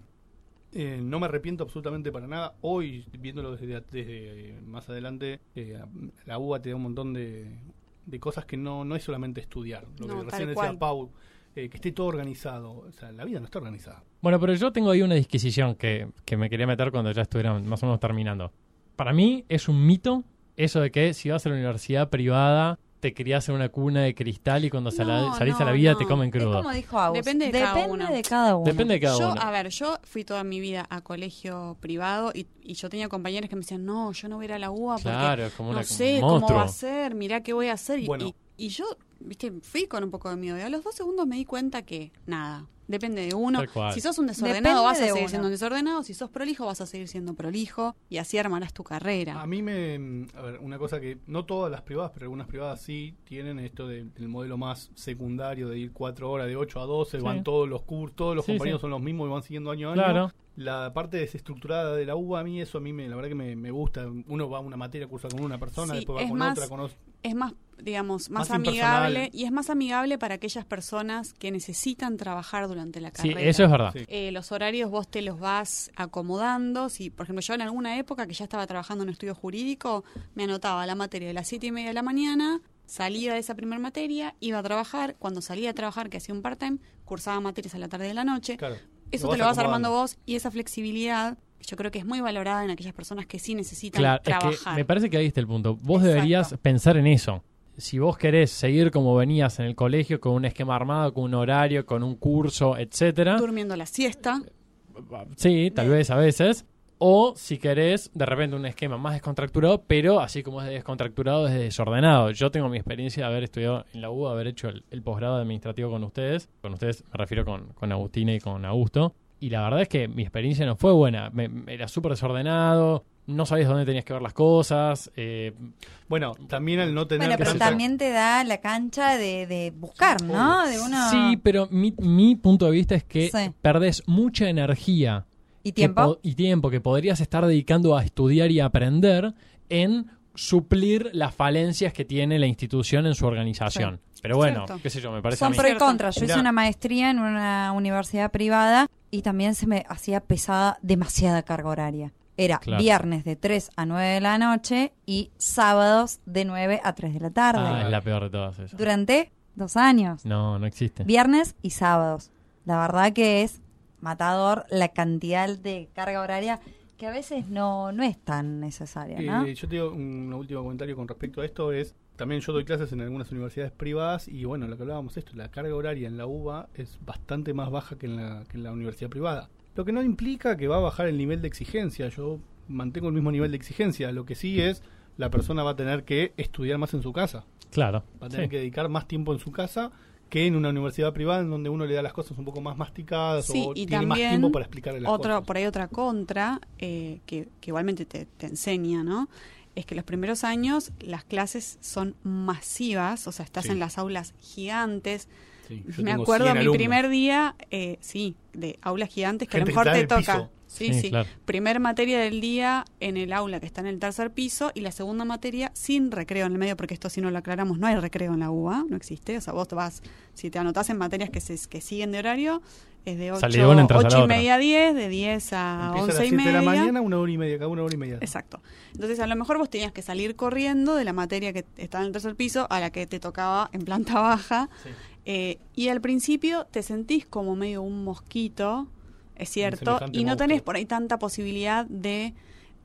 Speaker 2: Eh, no me arrepiento absolutamente para nada. Hoy, viéndolo desde, desde más adelante, eh, la UBA te da un montón de, de cosas que no, no es solamente estudiar. Lo
Speaker 3: No,
Speaker 2: que
Speaker 3: tal
Speaker 2: recién decía
Speaker 3: cual.
Speaker 2: Pau, eh, que esté todo organizado. O sea, la vida no está organizada.
Speaker 1: Bueno, pero yo tengo ahí una disquisición que, que me quería meter cuando ya estuvieran más o menos terminando. Para mí es un mito eso de que si vas a la universidad privada te criás en una cuna de cristal y cuando sala-
Speaker 3: No,
Speaker 1: salís a la
Speaker 3: no,
Speaker 1: vida
Speaker 3: no.
Speaker 1: te comen
Speaker 4: Es
Speaker 1: crudo.
Speaker 4: como dijo Agus.
Speaker 3: Depende de cada uno.
Speaker 4: de cada uno.
Speaker 1: Depende de cada
Speaker 3: yo,
Speaker 1: uno.
Speaker 3: a ver, yo fui toda mi vida a colegio privado y, y yo tenía compañeros que me decían, no, yo no voy a ir a la UA porque
Speaker 1: Claro, es como una
Speaker 3: no sé
Speaker 1: monstruo.
Speaker 3: cómo va a ser, mirá qué voy a hacer. Y-
Speaker 2: Bueno.
Speaker 3: Y, y yo, viste, fui con un poco de miedo. Y a los dos segundos me di cuenta que nada, depende de uno.
Speaker 1: Tal cual.
Speaker 3: Si sos un
Speaker 4: Depende
Speaker 3: desordenado, vas a
Speaker 4: de
Speaker 3: seguir
Speaker 4: uno.
Speaker 3: siendo un desordenado. Si sos prolijo, vas a seguir siendo prolijo. Y así armarás tu carrera.
Speaker 2: A mí me. mm, A ver, una cosa que. No todas las privadas, pero algunas privadas sí tienen esto de- del modelo más secundario de ir cuatro horas, de 8 a 12,
Speaker 1: Sí.
Speaker 2: van todos los cursos, todos los
Speaker 1: Sí,
Speaker 2: compañeros
Speaker 1: sí.
Speaker 2: son los mismos y van siguiendo año a año.
Speaker 1: Claro.
Speaker 2: La parte desestructurada de la UBA, a mí eso a mí me, la verdad que me, me gusta. Uno va a una materia, cursa con una persona,
Speaker 3: Sí,
Speaker 2: después va
Speaker 3: es
Speaker 2: con
Speaker 3: más-
Speaker 2: otra, con os-
Speaker 3: Es más, digamos, más,
Speaker 2: Más impersonal.
Speaker 3: amigable. Y es más amigable para aquellas personas que necesitan trabajar durante la
Speaker 1: Sí,
Speaker 3: carrera.
Speaker 1: eso es verdad.
Speaker 2: Sí.
Speaker 3: Eh, los horarios vos te los vas acomodando. Si, por ejemplo, yo en alguna época que ya estaba trabajando en un estudio jurídico, me anotaba la materia de las siete y media de la mañana, salía de esa primera materia, iba a trabajar. Cuando salía a trabajar, que hacía un part-time, cursaba materias a la tarde de la noche.
Speaker 2: Claro.
Speaker 3: Eso te lo vas armando vos y esa flexibilidad yo creo que es muy valorada en aquellas personas que sí necesitan
Speaker 1: Claro, es que
Speaker 3: trabajar.
Speaker 1: me parece que ahí está el punto. Vos
Speaker 3: Exacto.
Speaker 1: deberías pensar en eso. si vos querés seguir como venías en el colegio, con un esquema armado, con un horario, con un curso, etcétera,
Speaker 3: Durmiendo la siesta.
Speaker 1: sí, tal vez a veces, o si querés, de repente un esquema más descontracturado, pero así como es descontracturado, es desordenado. Yo tengo mi experiencia de haber estudiado en la U, haber hecho el, el posgrado de administrativo con ustedes, con ustedes me refiero con, con Agustina y con Augusto, y la verdad es que mi experiencia no fue buena, Me- me- era súper desordenado, no sabías dónde tenías que ver las cosas, eh,
Speaker 2: Bueno, también al no tener
Speaker 4: Bueno, pero
Speaker 2: tanta-
Speaker 4: también te da la cancha de, de buscar, ¿no? De uno
Speaker 1: Sí, pero mi, mi punto de vista es que
Speaker 4: Sí.
Speaker 1: perdés mucha energía
Speaker 4: y
Speaker 1: que
Speaker 4: tiempo.
Speaker 1: po- y tiempo que podrías estar dedicando a estudiar y aprender en suplir las falencias que tiene la institución en su organización. Pero bueno,
Speaker 3: Cierto.
Speaker 1: qué sé yo, me parece a
Speaker 4: Son
Speaker 1: mí.
Speaker 4: pro y
Speaker 3: Cierto.
Speaker 4: contra. Yo hice
Speaker 2: Mirá.
Speaker 4: una maestría en una universidad privada y también se me hacía pesada demasiada carga horaria. Era
Speaker 1: Claro.
Speaker 4: viernes de 3 a 9 de la noche y sábados de 9 a 3 de la tarde.
Speaker 1: Ah, es la peor de todas esas.
Speaker 4: Durante dos años.
Speaker 1: No, no existe.
Speaker 4: Viernes y sábados. La verdad que es matador la cantidad de carga horaria que a veces no, no es tan necesaria, ¿no?
Speaker 2: Eh, yo te digo un último comentario con respecto a esto es también yo doy clases en algunas universidades privadas y bueno lo que hablábamos esto la carga horaria en la UBA es bastante más baja que en la, que en la universidad privada lo que no implica que va a bajar el nivel de exigencia yo mantengo el mismo nivel de exigencia lo que sí es la persona va a tener que estudiar más en su casa
Speaker 1: Claro.
Speaker 2: va a tener
Speaker 1: Sí.
Speaker 2: que dedicar más tiempo en su casa que en una universidad privada en donde uno le da las cosas un poco más masticadas
Speaker 3: Sí,
Speaker 2: o
Speaker 3: y
Speaker 2: tiene más
Speaker 3: también
Speaker 2: tiempo para explicarle las
Speaker 3: Otro,
Speaker 2: cosas
Speaker 3: por ahí otra contra, eh, que, que igualmente te, te enseña, ¿no? Es que los primeros años las clases son masivas, o sea, estás
Speaker 2: Sí.
Speaker 3: en las aulas gigantes.
Speaker 2: Sí, yo
Speaker 3: Me
Speaker 2: tengo
Speaker 3: acuerdo
Speaker 2: 100
Speaker 3: mi
Speaker 2: alumnos.
Speaker 3: primer día, eh, sí, de aulas gigantes que
Speaker 2: Gente que
Speaker 3: a lo mejor te
Speaker 2: está en el
Speaker 3: toca.
Speaker 2: piso.
Speaker 3: Sí,
Speaker 1: Sí,
Speaker 3: sí.
Speaker 1: claro.
Speaker 3: Primer materia del día en el aula que está en el tercer piso y la segunda materia sin recreo en el medio, porque esto si no lo aclaramos, no hay recreo en la UBA, no existe. O sea, vos te vas, si te anotás en materias que, se, que siguen de horario, es de
Speaker 1: Salí de una,
Speaker 3: 8,
Speaker 1: entras a la
Speaker 3: y
Speaker 1: otra.
Speaker 3: media a 10, de 10
Speaker 2: Empieza
Speaker 3: a
Speaker 2: a
Speaker 3: 11
Speaker 2: las
Speaker 3: Ah, y
Speaker 2: 7
Speaker 3: media.
Speaker 2: de la mañana, una hora y media, cada una hora y media.
Speaker 3: Exacto. Entonces, a lo mejor vos tenías que salir corriendo de la materia que estaba en el tercer piso a la que te tocaba en planta baja.
Speaker 2: Sí.
Speaker 3: Eh, y al principio te sentís como medio un mosquito, es cierto,
Speaker 2: semejante
Speaker 3: y no
Speaker 2: monstruo.
Speaker 3: tenés por ahí tanta posibilidad de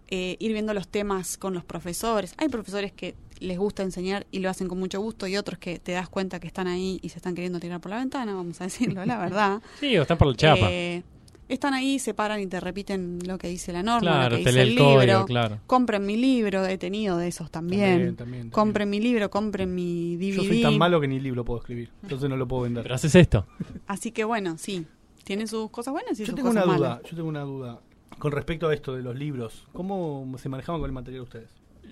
Speaker 3: eh, ir viendo los temas con los profesores. Hay profesores que les gusta enseñar y lo hacen con mucho gusto, y otros que te das cuenta que están ahí y se están queriendo tirar por la ventana, vamos a decirlo, la verdad.
Speaker 1: Sí, o están por la chapa.
Speaker 3: Eh, están ahí, se paran y te repiten lo que dice la norma, lo
Speaker 1: claro,
Speaker 3: que
Speaker 1: te
Speaker 3: dice
Speaker 1: lee
Speaker 3: el,
Speaker 1: el
Speaker 3: libro.
Speaker 1: código, claro.
Speaker 3: Compren mi libro, he tenido de esos también.
Speaker 2: También, también,
Speaker 3: Compren mi libro, compren mi DVD.
Speaker 2: Yo soy tan malo que ni libro puedo escribir, entonces no lo puedo vender.
Speaker 1: Pero haces esto.
Speaker 3: Así que bueno, sí, tienen sus cosas buenas y
Speaker 2: yo
Speaker 3: sus
Speaker 2: tengo una
Speaker 3: cosas
Speaker 2: duda,
Speaker 3: malas.
Speaker 2: yo tengo una duda con respecto a esto de los libros. ¿Cómo se manejaban con el material ustedes?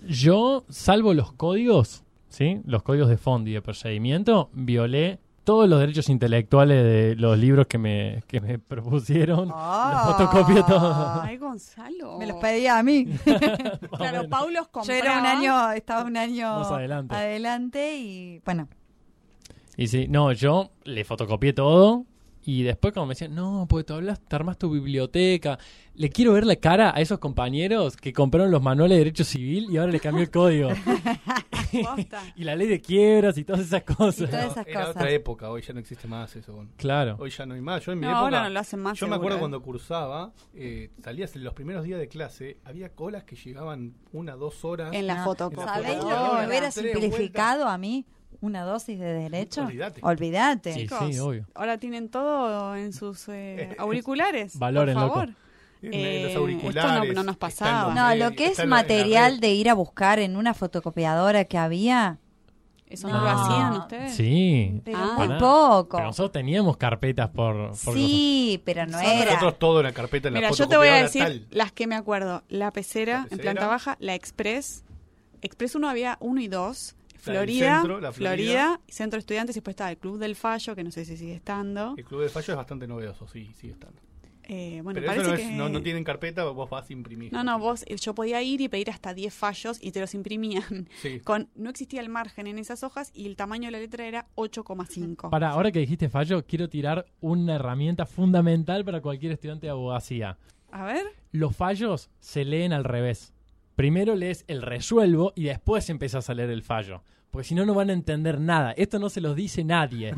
Speaker 1: Yo, salvo los códigos, ¿sí? Los códigos de fondo y de procedimiento, violé todos los derechos intelectuales de los libros que me, que me propusieron.
Speaker 3: Oh.
Speaker 4: Ah.
Speaker 1: Los fotocopié todos.
Speaker 3: Ay, Gonzalo.
Speaker 4: Oh. Me los pedía a mí.
Speaker 3: Claro, Paulos
Speaker 4: Yo
Speaker 3: compraba.
Speaker 4: era un año, estaba un año
Speaker 1: Más adelante.
Speaker 4: adelante y bueno,
Speaker 1: Y sí, no, yo le fotocopié todo y después como me decían, no, porque tú hablas, te armas tu biblioteca. Le quiero ver la cara a esos compañeros que compraron los manuales de derecho civil y ahora le cambió el código.
Speaker 3: Posta.
Speaker 1: y la ley de quiebras y todas esas cosas.
Speaker 4: Todas esas
Speaker 2: Era
Speaker 4: cosas.
Speaker 2: otra época, hoy ya no existe más eso. bueno.
Speaker 1: Claro.
Speaker 2: Hoy ya no hay más. Yo en mi
Speaker 3: No,
Speaker 2: época,
Speaker 3: ahora no lo hacen más.
Speaker 2: yo me acuerdo
Speaker 3: seguro, ¿eh?
Speaker 2: cuando cursaba, eh, salías en los primeros días de clase, había colas que llegaban una, dos horas.
Speaker 3: En la
Speaker 4: No.
Speaker 3: foto.
Speaker 4: ¿Sabéis lo
Speaker 2: Ahora,
Speaker 4: que me hubiera
Speaker 2: tres vueltas.
Speaker 4: simplificado a mí una dosis de derecho?
Speaker 2: Olvídate.
Speaker 4: Olvídate.
Speaker 1: Sí, sí, obvio.
Speaker 3: Ahora tienen todo en sus eh, auriculares.
Speaker 1: Valoren,
Speaker 3: por
Speaker 1: loco.
Speaker 3: favor.
Speaker 2: en, en
Speaker 3: Eh,
Speaker 2: los
Speaker 3: esto no-
Speaker 2: auriculares.
Speaker 3: no nos
Speaker 2: está en
Speaker 3: pasaba.
Speaker 2: los
Speaker 4: No,
Speaker 2: medios,
Speaker 4: lo que
Speaker 2: está en
Speaker 4: es
Speaker 2: la- en la
Speaker 4: material
Speaker 2: red.
Speaker 4: de ir a buscar en una fotocopiadora que había,
Speaker 3: Eso no, lo
Speaker 1: No.
Speaker 2: Ah.
Speaker 3: hacían ustedes.
Speaker 1: Sí.
Speaker 4: pero
Speaker 3: Ah.
Speaker 4: muy
Speaker 1: Pará.
Speaker 4: poco.
Speaker 1: Pero nosotros teníamos carpetas por... por
Speaker 4: Sí, pero no
Speaker 2: Para
Speaker 4: era.
Speaker 2: Nosotros todo en la carpeta, en la
Speaker 3: Mira, yo te voy a
Speaker 2: fotocopiadora,
Speaker 3: decir
Speaker 2: tal.
Speaker 3: las que me acuerdo. La pecera,
Speaker 2: La
Speaker 3: en
Speaker 2: Pecera.
Speaker 3: planta baja, la Express. Express 1 había 1 y 2.
Speaker 2: La del
Speaker 3: Florida,
Speaker 2: centro, la
Speaker 3: Florida, Centro de Estudiantes, y después estaba el Club del Fallo, que no sé si sigue estando.
Speaker 2: El club de fallo es bastante novedoso, sí, sigue estando.
Speaker 3: Eh, bueno,
Speaker 2: Pero eso
Speaker 3: parece
Speaker 2: no,
Speaker 3: que...
Speaker 2: es- no- no tienen carpeta, vos vas a imprimir.
Speaker 3: No, no, vos, eh, yo podía ir y pedir hasta 10 fallos y te los imprimían.
Speaker 2: Sí.
Speaker 3: Con, no existía el margen en esas hojas y el tamaño de la letra era 8,5.
Speaker 1: Para, ahora que dijiste fallo, quiero tirar una herramienta fundamental para cualquier estudiante de abogacía.
Speaker 3: A ver,
Speaker 1: los fallos se leen al revés. Primero lees el resuelvo y después empezás a leer el fallo. Porque si no, no van a entender nada. Esto no se los dice nadie.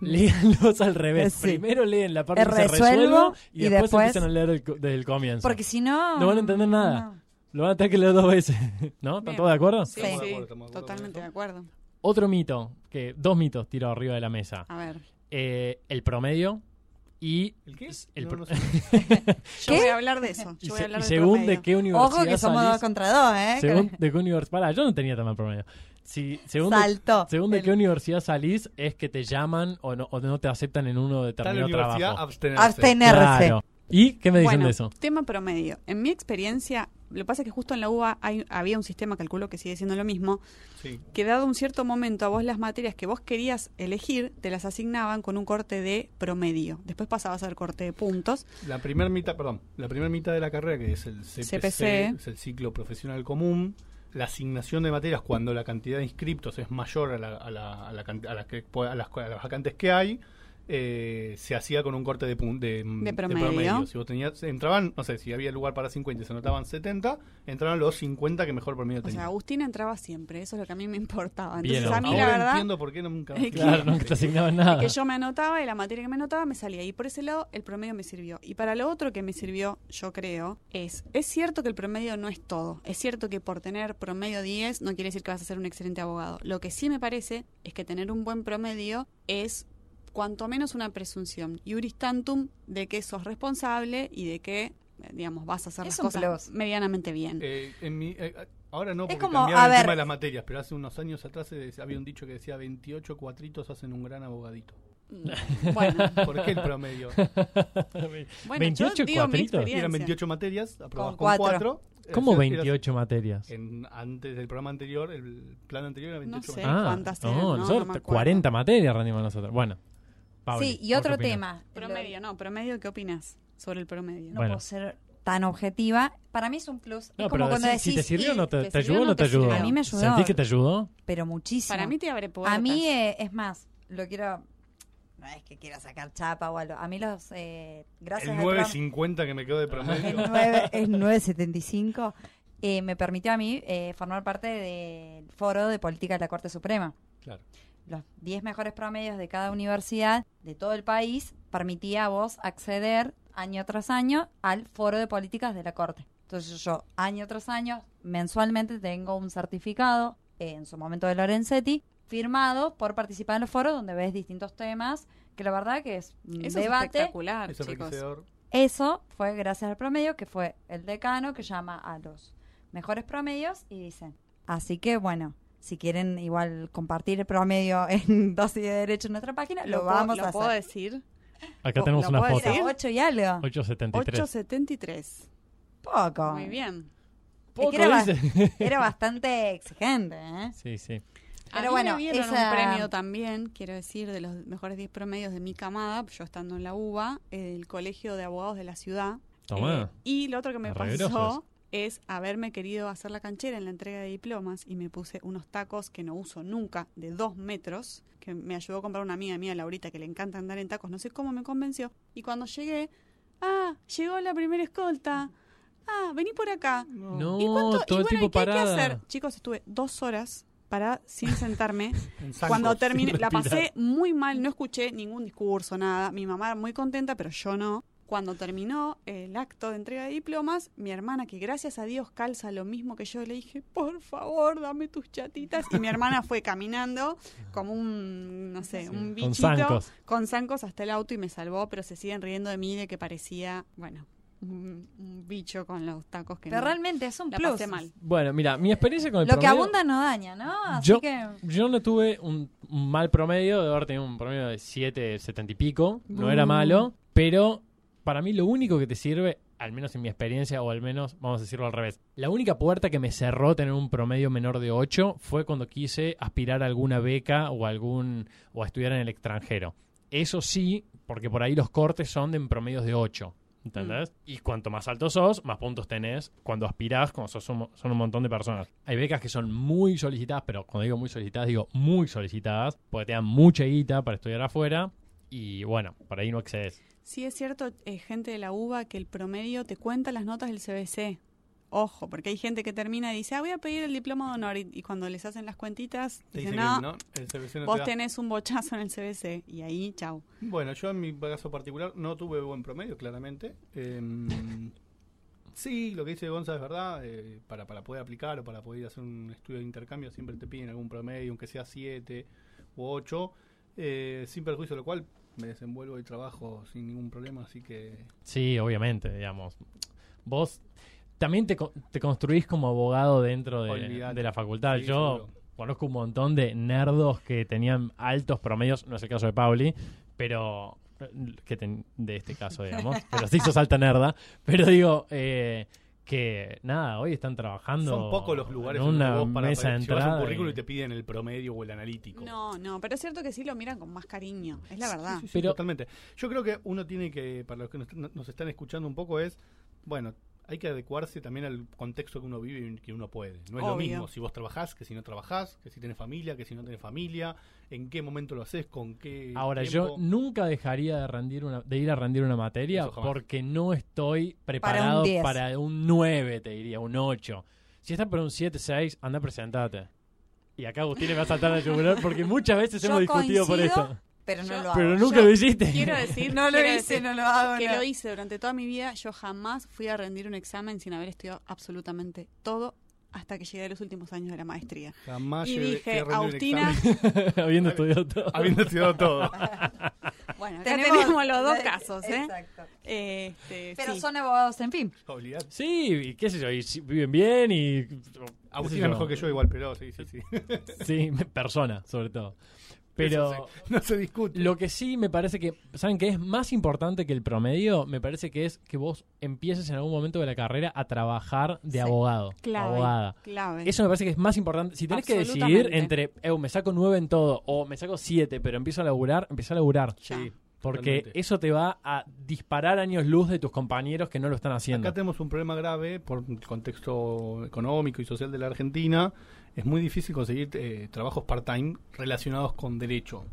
Speaker 1: Léanlos al revés.
Speaker 4: Eh, Sí.
Speaker 1: Primero leen la parte
Speaker 4: El
Speaker 1: que se
Speaker 4: resuelvo
Speaker 1: resuelvo y,
Speaker 4: y
Speaker 1: después,
Speaker 4: después-
Speaker 1: empiezan a leer el co- desde el comienzo.
Speaker 4: Porque si no...
Speaker 1: No van a entender nada.
Speaker 4: no.
Speaker 1: Lo van a tener que leer dos veces. ¿No? ¿Están
Speaker 3: Bien.
Speaker 1: todos de acuerdo?
Speaker 3: sí,
Speaker 2: Estamos de
Speaker 3: sí,
Speaker 2: acuerdo, estamos de acuerdo con
Speaker 3: totalmente
Speaker 2: eso.
Speaker 3: de acuerdo.
Speaker 1: Otro mito, que dos mitos tiro arriba de la mesa.
Speaker 3: A ver,
Speaker 1: Eh, el promedio y...
Speaker 2: ¿El qué? es?
Speaker 1: El
Speaker 2: No,
Speaker 1: pro-
Speaker 2: no sé.
Speaker 3: yo voy a hablar de eso.
Speaker 1: y
Speaker 3: Yo voy
Speaker 1: se-
Speaker 3: a hablar
Speaker 1: y
Speaker 3: de
Speaker 1: según de
Speaker 3: promedio.
Speaker 1: qué universidad
Speaker 4: Ojo que somos
Speaker 1: salís,
Speaker 4: dos contra dos, ¿eh?
Speaker 1: según de qué universidad... Pará, yo no tenía tan mal promedio. Si, según de-
Speaker 4: Saltó.
Speaker 1: según de
Speaker 4: El-
Speaker 1: qué universidad salís es que te llaman o no, o no te aceptan en uno
Speaker 2: Está en la
Speaker 1: determinado
Speaker 2: universidad
Speaker 1: trabajo.
Speaker 2: abstenerse.
Speaker 4: Abstenerse.
Speaker 1: Claro. ¿Y qué me dicen
Speaker 3: Bueno,
Speaker 1: de eso?
Speaker 3: tema promedio. En mi experiencia, lo que pasa es que justo en la UBA hay- había un sistema, calculo que sigue siendo lo mismo,
Speaker 2: Sí.
Speaker 3: que dado un cierto momento a vos las materias que vos querías elegir, te las asignaban con un corte de promedio. Después pasabas al corte de puntos.
Speaker 2: La primera mitad, perdón, la primera mitad de la carrera, que es el CPC,
Speaker 3: CPC.
Speaker 2: es el ciclo profesional común, la asignación de materias cuando la cantidad de inscriptos es mayor a, la, a, la- a la can- a la que po- a las, a las vacantes que hay, eh, se hacía con un corte de, pun- de, mm, de
Speaker 3: promedio.
Speaker 2: Si vos tenías, entraban, no sé, si había lugar para 50 y se anotaban 70, entraban los 50 que mejor promedio
Speaker 3: O sea,
Speaker 2: tenían.
Speaker 3: Agustín entraba siempre, eso es lo que a mí me importaba.
Speaker 1: Bien,
Speaker 3: Entonces a mí
Speaker 1: Agustín.
Speaker 3: la
Speaker 2: Ahora
Speaker 3: verdad
Speaker 2: entiendo por qué nunca...
Speaker 3: Eh,
Speaker 1: Claro, nunca te asignaban nada.
Speaker 3: que yo me anotaba y la materia que me anotaba me salía. Y por ese lado, el promedio me sirvió. Y para lo otro que me sirvió, yo creo, es, es cierto que el promedio no es todo. Es cierto que por tener promedio 10 no quiere decir que vas a ser un excelente abogado. Lo que sí me parece es que tener un buen promedio es cuanto menos una presunción, iuris tantum, de que sos responsable y de que, eh, digamos, vas a hacer
Speaker 4: Es
Speaker 3: las
Speaker 4: un
Speaker 3: cosas
Speaker 4: plus.
Speaker 3: medianamente bien.
Speaker 2: Eh, en mi- eh, ahora no,
Speaker 4: Es
Speaker 2: porque
Speaker 4: como,
Speaker 2: cambiaron
Speaker 4: a
Speaker 2: el
Speaker 4: ver.
Speaker 2: tema de las materias, pero hace unos años atrás eh, se decía- había un dicho que decía 28 cuatritos hacen un gran abogadito.
Speaker 3: Mm, Bueno,
Speaker 2: ¿Por qué el promedio?
Speaker 3: bueno
Speaker 1: 28
Speaker 3: yo digo mi
Speaker 1: cuadritos.
Speaker 3: experiencia.
Speaker 2: Eran 28 materias, aprobabas
Speaker 4: Con
Speaker 2: con
Speaker 4: cuatro.
Speaker 2: 4.
Speaker 1: ¿Cómo 28 materias?
Speaker 2: En, antes del programa anterior, el plan anterior era
Speaker 3: No
Speaker 2: 28
Speaker 3: sé.
Speaker 2: materias.
Speaker 3: cuántas eran, no,
Speaker 1: Ah, no,
Speaker 3: no
Speaker 1: nosotros
Speaker 3: me acuerdo.
Speaker 1: 40 materias rendimos nosotros. Bueno. Pablo,
Speaker 4: sí, y
Speaker 1: ¿vos
Speaker 4: otro
Speaker 1: qué opinás?
Speaker 4: tema.
Speaker 3: Promedio, no, promedio, ¿qué opinas sobre el promedio?
Speaker 4: no
Speaker 1: Bueno.
Speaker 4: puedo ser tan objetiva. Para mí es un plus. Es
Speaker 1: No,
Speaker 4: como
Speaker 1: pero
Speaker 4: cuando
Speaker 1: decí- si te
Speaker 4: decís,
Speaker 1: sirvió o no
Speaker 4: "Y,
Speaker 1: te,
Speaker 3: ¿te
Speaker 1: te
Speaker 3: sirvió
Speaker 1: ayudó
Speaker 3: o
Speaker 1: o
Speaker 3: no
Speaker 1: no te
Speaker 3: te
Speaker 1: ayudó.
Speaker 3: sirvió? A
Speaker 4: mí me ayudó.
Speaker 1: ¿Sentís que te ayudó?
Speaker 4: pero muchísimo.
Speaker 3: Para mí te abre puertas.
Speaker 4: a mí eh, es más, lo quiero... No es que quiera sacar chapa o algo. A mí los... eh, gracias Ah,
Speaker 2: El
Speaker 4: al
Speaker 2: 9.50 que me quedó de
Speaker 4: El
Speaker 2: promedio.
Speaker 4: 9 el 975 eh, me permitió a mí eh, formar parte del foro de política de la Corte Suprema.
Speaker 2: Claro.
Speaker 4: Los 10 mejores promedios de cada universidad de todo el país permitía a vos acceder año tras año al foro de políticas de la Corte. Entonces yo año tras año mensualmente tengo un certificado, eh, en su momento de Lorenzetti, firmado por participar en los foros donde ves distintos temas, que la verdad que es un
Speaker 3: Eso es
Speaker 4: debate
Speaker 3: espectacular,
Speaker 2: Es
Speaker 3: chicos.
Speaker 2: enriquecedor.
Speaker 4: eso fue gracias al promedio, que fue el decano que llama a los mejores promedios y dicen. Así que bueno, si quieren igual compartir el promedio en dosis de derecho en nuestra página, lo,
Speaker 3: puedo-
Speaker 4: vamos
Speaker 3: lo
Speaker 4: a
Speaker 3: puedo
Speaker 4: hacer.
Speaker 3: decir.
Speaker 1: Acá
Speaker 3: ¿Lo-
Speaker 1: tenemos
Speaker 3: Oh, lo
Speaker 1: una
Speaker 3: puedo
Speaker 1: foto.
Speaker 4: Era
Speaker 3: decir?
Speaker 4: 8 y algo.
Speaker 1: 873.
Speaker 3: 873.
Speaker 4: Poco.
Speaker 3: Muy bien.
Speaker 1: Poco
Speaker 4: Es que era, ba-
Speaker 1: dice.
Speaker 4: era bastante exigente, ¿eh?
Speaker 1: sí, sí.
Speaker 4: Pero
Speaker 3: a mí
Speaker 4: bueno,
Speaker 3: me dieron
Speaker 4: esa-
Speaker 3: un premio también, quiero decir, de los mejores 10 promedios de mi camada, yo estando en la UBA, el Colegio de Abogados de la Ciudad.
Speaker 1: Tomá.
Speaker 3: Eh, y lo otro que me
Speaker 1: Arregrosos.
Speaker 3: pasó es haberme querido hacer la canchera en la entrega de diplomas y me puse unos tacos que no uso nunca, de dos metros, que me ayudó a comprar una amiga mía, Laurita, que le encanta andar en tacos, no sé cómo me convenció. Y cuando llegué, ah, llegó la primera escolta, ah, vení por acá.
Speaker 1: No,
Speaker 3: ¿Y cuánto? y
Speaker 1: Oh, todo el
Speaker 3: bueno,
Speaker 1: tiempo
Speaker 3: ¿y qué hay que
Speaker 1: parada.
Speaker 3: hacer? Chicos, estuve dos horas para sin sentarme.
Speaker 2: En zancos,
Speaker 3: Cuando
Speaker 2: sin
Speaker 3: terminé, la
Speaker 2: respirar.
Speaker 3: pasé muy mal, no escuché ningún discurso, nada. Mi mamá muy contenta, pero yo no. Cuando terminó el acto de entrega de diplomas, mi hermana, que gracias a Dios calza lo mismo que yo, le dije, por favor, dame tus chatitas. Y mi hermana fue caminando como un, no sé, un bichito.
Speaker 1: Con zancos.
Speaker 3: con zancos hasta el auto y me salvó, pero se siguen riendo de mí de que parecía, bueno, un, un bicho con los tacos que
Speaker 4: Pero
Speaker 3: no-
Speaker 4: realmente es un
Speaker 3: la
Speaker 4: plus.
Speaker 3: pasé mal.
Speaker 1: Bueno, mira, mi experiencia con el
Speaker 4: Lo que
Speaker 1: promedio-
Speaker 4: abunda no daña, ¿no? Así
Speaker 1: yo,
Speaker 4: que
Speaker 1: yo no tuve un, un mal promedio, de haber tenido un promedio de 7, 70 y pico, no era
Speaker 3: Mm.
Speaker 1: malo, pero para mí lo único que te sirve, al menos en mi experiencia, o al menos, vamos a decirlo al revés, la única puerta que me cerró tener un promedio menor de 8 fue cuando quise aspirar a alguna beca o, algún, o a estudiar en el extranjero. Eso sí, porque por ahí los cortes son de en promedios de 8. ¿Entendés?
Speaker 2: Mm.
Speaker 1: Y cuanto más alto sos, más puntos tenés cuando aspirás, como sos un, mo- son un montón de personas. Hay becas que son muy solicitadas, pero cuando digo muy solicitadas, digo muy solicitadas, porque te dan mucha guita para estudiar afuera y bueno, por ahí no accedes.
Speaker 3: Sí, es cierto, eh, gente de la UBA, que el promedio te cuenta las notas del CBC. Ojo, porque hay gente que termina y dice, ah, voy a pedir el diploma de honor. Y, y cuando les hacen las cuentitas,
Speaker 2: Te
Speaker 3: dicen,
Speaker 2: dicen
Speaker 3: no,
Speaker 2: que no, el CBC no te
Speaker 3: vos
Speaker 2: da.
Speaker 3: tenés un bochazo en el CBC. Y ahí, chau.
Speaker 2: Bueno, yo en mi caso particular no tuve buen promedio, claramente. Em, Sí, lo que dice Gonza es verdad. eh, para, para poder aplicar o para poder ir a hacer un estudio de intercambio, siempre te piden algún promedio, aunque sea 7 u 8. sin perjuicio de lo cual, me desenvuelvo y trabajo sin ningún problema. Así que.
Speaker 1: Sí, obviamente, digamos. Vos también te, co- te construís como abogado dentro de,
Speaker 2: Olvidate.
Speaker 1: de la facultad.
Speaker 2: Sí,
Speaker 1: Yo
Speaker 2: seguro.
Speaker 1: conozco un montón de nerdos que tenían altos promedios, no es el caso de Pauli, pero eh, que ten- de este caso, digamos, pero sí sos alta nerda, pero digo eh, que nada, hoy están trabajando
Speaker 2: Son pocos los lugares
Speaker 1: en
Speaker 2: donde
Speaker 1: una
Speaker 2: vos para
Speaker 1: mesa de
Speaker 2: para- llevas
Speaker 1: entrada
Speaker 2: un currículo y...
Speaker 1: y-
Speaker 2: te piden el promedio o el analítico.
Speaker 3: No, no, pero es cierto que sí lo miran con más cariño, es la verdad.
Speaker 2: Sí, sí,
Speaker 1: Pero-
Speaker 2: totalmente. Yo creo que uno tiene que, para los que nos, nos están escuchando un poco, es, bueno, hay que adecuarse también al contexto que uno vive y que uno puede. No es lo
Speaker 3: Obvio.
Speaker 2: mismo si vos trabajás, que si no trabajás, que si tenés familia, que si no tenés familia, en qué momento lo haces, con qué
Speaker 1: Ahora, yo
Speaker 2: tiempo.
Speaker 1: nunca dejaría de, rendir una, de ir a rendir una materia
Speaker 2: Eso jamás.
Speaker 1: porque no estoy
Speaker 4: Para
Speaker 1: preparado
Speaker 4: un
Speaker 1: para un,
Speaker 4: 10.
Speaker 1: 9, te diría, un 8. Si estás por un 7, 6, anda, presentate. Y acá Agustín le va a saltar la yugular porque muchas veces hemos
Speaker 4: Yo
Speaker 1: discutido por
Speaker 4: coincido,
Speaker 1: esto.
Speaker 4: pero no
Speaker 3: Yo-
Speaker 4: lo hago.
Speaker 1: Pero nunca
Speaker 3: Yo
Speaker 1: lo hiciste.
Speaker 3: Quiero decir,
Speaker 4: No lo
Speaker 3: quiero
Speaker 4: hice,
Speaker 3: decir
Speaker 4: no lo hago.
Speaker 3: que
Speaker 4: no.
Speaker 3: lo hice durante toda mi vida. Yo jamás fui a rendir un examen sin haber estudiado absolutamente todo hasta que llegué a los últimos años de la maestría.
Speaker 2: Jamás
Speaker 3: y
Speaker 2: llegué-
Speaker 3: dije,
Speaker 2: llegué a rendir un
Speaker 3: Agustina-
Speaker 2: examen
Speaker 1: Habiendo estudiado todo.
Speaker 2: habiendo estudiado todo.
Speaker 3: Bueno, acá
Speaker 4: Tenemos-
Speaker 3: tenemos, los dos casos, ¿eh?
Speaker 4: Exacto.
Speaker 3: Este,
Speaker 4: Pero
Speaker 3: sí.
Speaker 4: son abogados, en fin.
Speaker 2: Obligate.
Speaker 1: Sí, y qué sé yo, y si- viven bien y... qué sé
Speaker 2: Agustina
Speaker 1: yo.
Speaker 2: mejor que yo igual, pero sí, sí, sí.
Speaker 1: Sí, persona, sobre todo.
Speaker 2: Eso
Speaker 1: Pero...
Speaker 2: sí, no se discute.
Speaker 1: Lo que sí me parece que, ¿saben qué es más importante que el promedio? Me parece que es que vos empieces en algún momento de la carrera a trabajar de
Speaker 4: Sí.
Speaker 1: abogado.
Speaker 3: clave.
Speaker 1: Abogada.
Speaker 3: Clave.
Speaker 1: Eso me parece que es más importante. Si tenés que decidir
Speaker 3: Absolutamente.
Speaker 1: entre, "Eu, me saco nueve en todo o me saco siete, pero empiezo a laburar, empieza a laburar.
Speaker 3: Ya.
Speaker 2: Sí,
Speaker 1: Porque
Speaker 2: totalmente.
Speaker 1: eso te va a disparar años luz de tus compañeros que no lo están haciendo.
Speaker 2: Acá tenemos un problema grave por el contexto económico y social de la Argentina. Es muy difícil conseguir eh, trabajos part-time relacionados con derecho.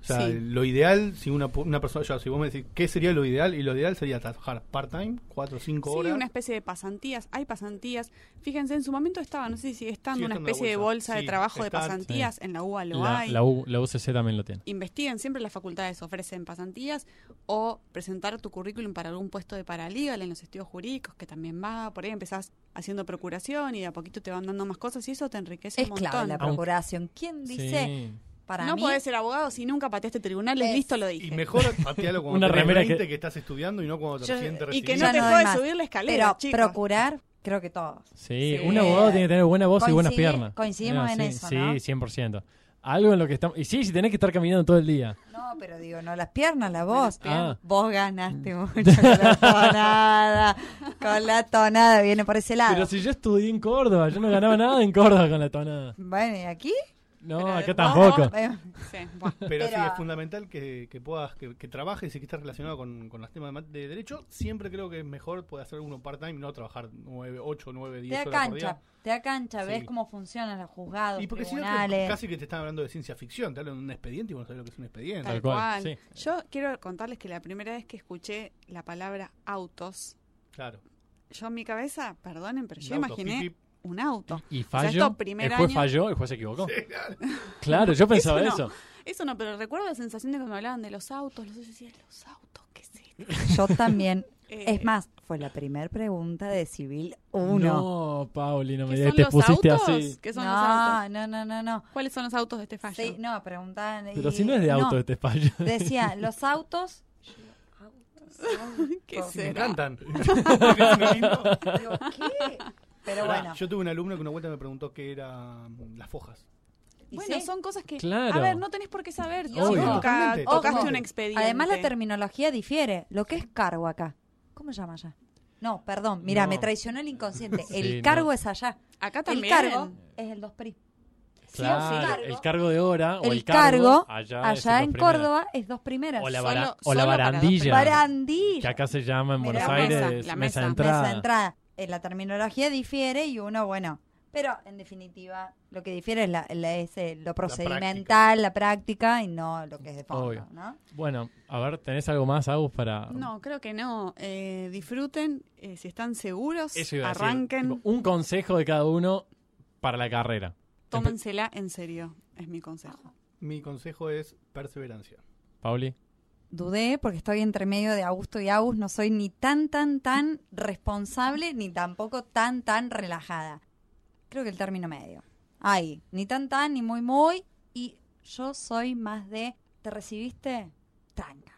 Speaker 2: O sea,
Speaker 3: Sí.
Speaker 2: lo ideal, si una, pu- una persona, ya, si vos me decís, ¿qué sería lo ideal? Y lo ideal sería trabajar part-time, 4 o 5
Speaker 3: Sí,
Speaker 2: horas.
Speaker 3: una especie de pasantías. Hay pasantías. Fíjense, en su momento estaba, no sé si sigue estando,
Speaker 2: Sí,
Speaker 3: una
Speaker 2: está en la
Speaker 3: especie de
Speaker 2: bolsa.
Speaker 3: bolsa de
Speaker 2: Sí,
Speaker 3: trabajo de
Speaker 2: está,
Speaker 3: pasantías. En la UBA lo
Speaker 1: La,
Speaker 3: hay.
Speaker 1: la U- la UCC también lo tiene.
Speaker 3: Investiguen, siempre las facultades ofrecen pasantías o presentar tu currículum para algún puesto de paralegal en los estudios jurídicos, que también va. Por ahí empezás haciendo procuración y de a poquito te van dando más cosas y eso te enriquece
Speaker 4: Es
Speaker 3: un
Speaker 4: clave
Speaker 3: montón.
Speaker 4: la
Speaker 1: Aunque-
Speaker 4: procuración. ¿Quién dice
Speaker 1: Sí.
Speaker 4: para
Speaker 3: no
Speaker 4: mí?
Speaker 3: podés ser abogado si nunca pateaste tribunales,
Speaker 4: Es-
Speaker 3: listo lo dije.
Speaker 2: y mejor patealo cuando
Speaker 1: Una
Speaker 2: tenés
Speaker 1: remera
Speaker 2: 20
Speaker 1: que-
Speaker 2: que... estás estudiando y no cuando te
Speaker 4: Yo-
Speaker 2: recién te
Speaker 3: y que
Speaker 2: recibís.
Speaker 3: no
Speaker 4: Ya
Speaker 3: te
Speaker 4: hay
Speaker 3: puede
Speaker 4: más.
Speaker 3: subir la escalera,
Speaker 4: Pero
Speaker 3: chicos.
Speaker 4: procurar, creo que todos.
Speaker 1: Sí,
Speaker 3: Sí.
Speaker 1: un abogado tiene que tener buena voz y buenas
Speaker 4: Coincide-
Speaker 1: piernas.
Speaker 4: coincidimos
Speaker 1: Mira,
Speaker 4: en
Speaker 1: sí,
Speaker 4: eso,
Speaker 1: Sí,
Speaker 4: ¿no?
Speaker 1: 100%. Algo en lo que estamos... Y sí, si tenés que estar caminando todo el día.
Speaker 4: No, pero digo, no las piernas, la voz.
Speaker 1: Ah.
Speaker 4: Vos ganaste mucho con la tonada. Con la tonada viene por ese lado.
Speaker 1: Pero si yo estudié en Córdoba, yo no ganaba nada en Córdoba con la tonada.
Speaker 4: Bueno, ¿y aquí?
Speaker 1: No,
Speaker 3: Pero
Speaker 1: acá
Speaker 3: vos-
Speaker 1: tampoco.
Speaker 4: Eh,
Speaker 3: Sí, buah.
Speaker 2: Pero sí,
Speaker 4: Pero-
Speaker 2: es fundamental que, que puedas, que, que trabajes y que estés relacionado con, con los temas de ma- de derecho. Siempre creo que es mejor poder hacer uno part-time, no trabajar 9, 8, 9, 10
Speaker 4: Te da
Speaker 2: horas por día.
Speaker 4: cancha, te da cancha, ves
Speaker 2: Sí.
Speaker 4: cómo funcionan los juzgados,
Speaker 2: Y porque si no,
Speaker 4: tribunales.
Speaker 2: casi que te están hablando de ciencia ficción, te hablan de un expediente y vos no sabés lo que es un expediente.
Speaker 1: Tal
Speaker 3: Tal
Speaker 1: cual,
Speaker 3: cual.
Speaker 1: sí.
Speaker 3: Yo quiero contarles que la primera vez que escuché la palabra autos,
Speaker 2: Claro.
Speaker 3: yo en mi cabeza, perdonen, pero yo
Speaker 2: Un auto,
Speaker 3: imaginé
Speaker 2: pip,
Speaker 3: un auto.
Speaker 1: Y
Speaker 3: sea,
Speaker 1: falló.
Speaker 3: esto primer
Speaker 1: el juez
Speaker 3: año-
Speaker 1: falló, el juez se equivocó. Claro, yo pensaba
Speaker 3: Eso no.
Speaker 1: eso.
Speaker 3: Eso no, pero recuerdo la sensación de que me hablaban de los autos. Los yo decía, ¿los autos qué es esto?
Speaker 4: Yo también.
Speaker 3: Eh,
Speaker 4: es más, fue la primera pregunta de Civil 1.
Speaker 1: No, Pauli, no me
Speaker 3: ¿Qué
Speaker 1: digas
Speaker 3: son
Speaker 1: que te
Speaker 3: los
Speaker 1: pusiste
Speaker 3: autos?
Speaker 1: así.
Speaker 3: ¿Qué son los autos?
Speaker 4: No, no, no, no, no.
Speaker 3: ¿Cuáles son los autos de este fallo?
Speaker 4: Sí, no, preguntaban. y-
Speaker 1: Pero si no es de auto este fallo.
Speaker 4: Decía, los autos. Yo digo, autos, autos.
Speaker 3: ¿Qué
Speaker 2: Me
Speaker 3: será?
Speaker 2: encantan. Me lindo.
Speaker 4: Digo, ¿qué? Pero
Speaker 2: Pará,
Speaker 4: bueno.
Speaker 2: Yo tuve un alumno que una vuelta me preguntó qué eran las fojas.
Speaker 4: ¿y
Speaker 3: Bueno,
Speaker 4: sí?
Speaker 3: son cosas que.
Speaker 1: Claro.
Speaker 3: A ver, no tenés por qué saber. Si
Speaker 1: Obvio.
Speaker 3: nunca
Speaker 2: Totalmente,
Speaker 3: tocaste
Speaker 2: totalmente.
Speaker 3: un expediente.
Speaker 4: Además, la terminología difiere. Lo que es cargo acá. ¿Cómo se llama allá? No, perdón. Mira,
Speaker 1: No.
Speaker 4: me traicionó el inconsciente.
Speaker 1: Sí,
Speaker 4: el
Speaker 1: no.
Speaker 4: cargo es allá.
Speaker 3: Acá
Speaker 4: El
Speaker 3: también.
Speaker 4: cargo es el 2 PRI. Sí o
Speaker 1: Claro,
Speaker 4: sí.
Speaker 1: el cargo de hora o
Speaker 4: el,
Speaker 1: el
Speaker 4: cargo,
Speaker 1: allá,
Speaker 4: allá,
Speaker 1: es en
Speaker 4: en
Speaker 1: los primeros.
Speaker 4: Córdoba es dos primeras.
Speaker 1: O la,
Speaker 3: Solo-
Speaker 1: vara- o la
Speaker 3: solo para dos
Speaker 1: barandilla.
Speaker 3: primeras.
Speaker 4: Barandilla.
Speaker 1: Que acá se llama en
Speaker 4: Mira,
Speaker 1: Buenos
Speaker 4: la
Speaker 1: Aires
Speaker 4: mesa,
Speaker 1: mesa,
Speaker 3: la mesa,
Speaker 1: de
Speaker 3: mesa
Speaker 1: entrada.
Speaker 4: Mesa de entrada. Eh, la terminología difiere y uno, bueno. Pero en definitiva, lo que difiere es, la, la- es, eh, lo procedimental, la práctica. y no lo que es de fondo.
Speaker 1: Obvio.
Speaker 4: ¿no?
Speaker 1: Bueno, a ver, ¿tenés algo más, Agus, para...?
Speaker 3: No, creo que no. Eh, disfruten. eh, si están seguros,
Speaker 1: Eso iba a decir.
Speaker 3: arranquen.
Speaker 1: Tipo, Un consejo de cada uno para la carrera.
Speaker 3: Tómensela en serio. Es mi consejo.
Speaker 2: Mi consejo es perseverancia.
Speaker 1: Pauli.
Speaker 4: dudé porque estoy entre medio de Augusto y Agus, no soy ni tan, tan, tan responsable ni tampoco tan, tan relajada. Creo que el término medio. Ahí, ni tan, tan, ni muy, muy. Y yo soy más de, ¿te recibiste? Tranca.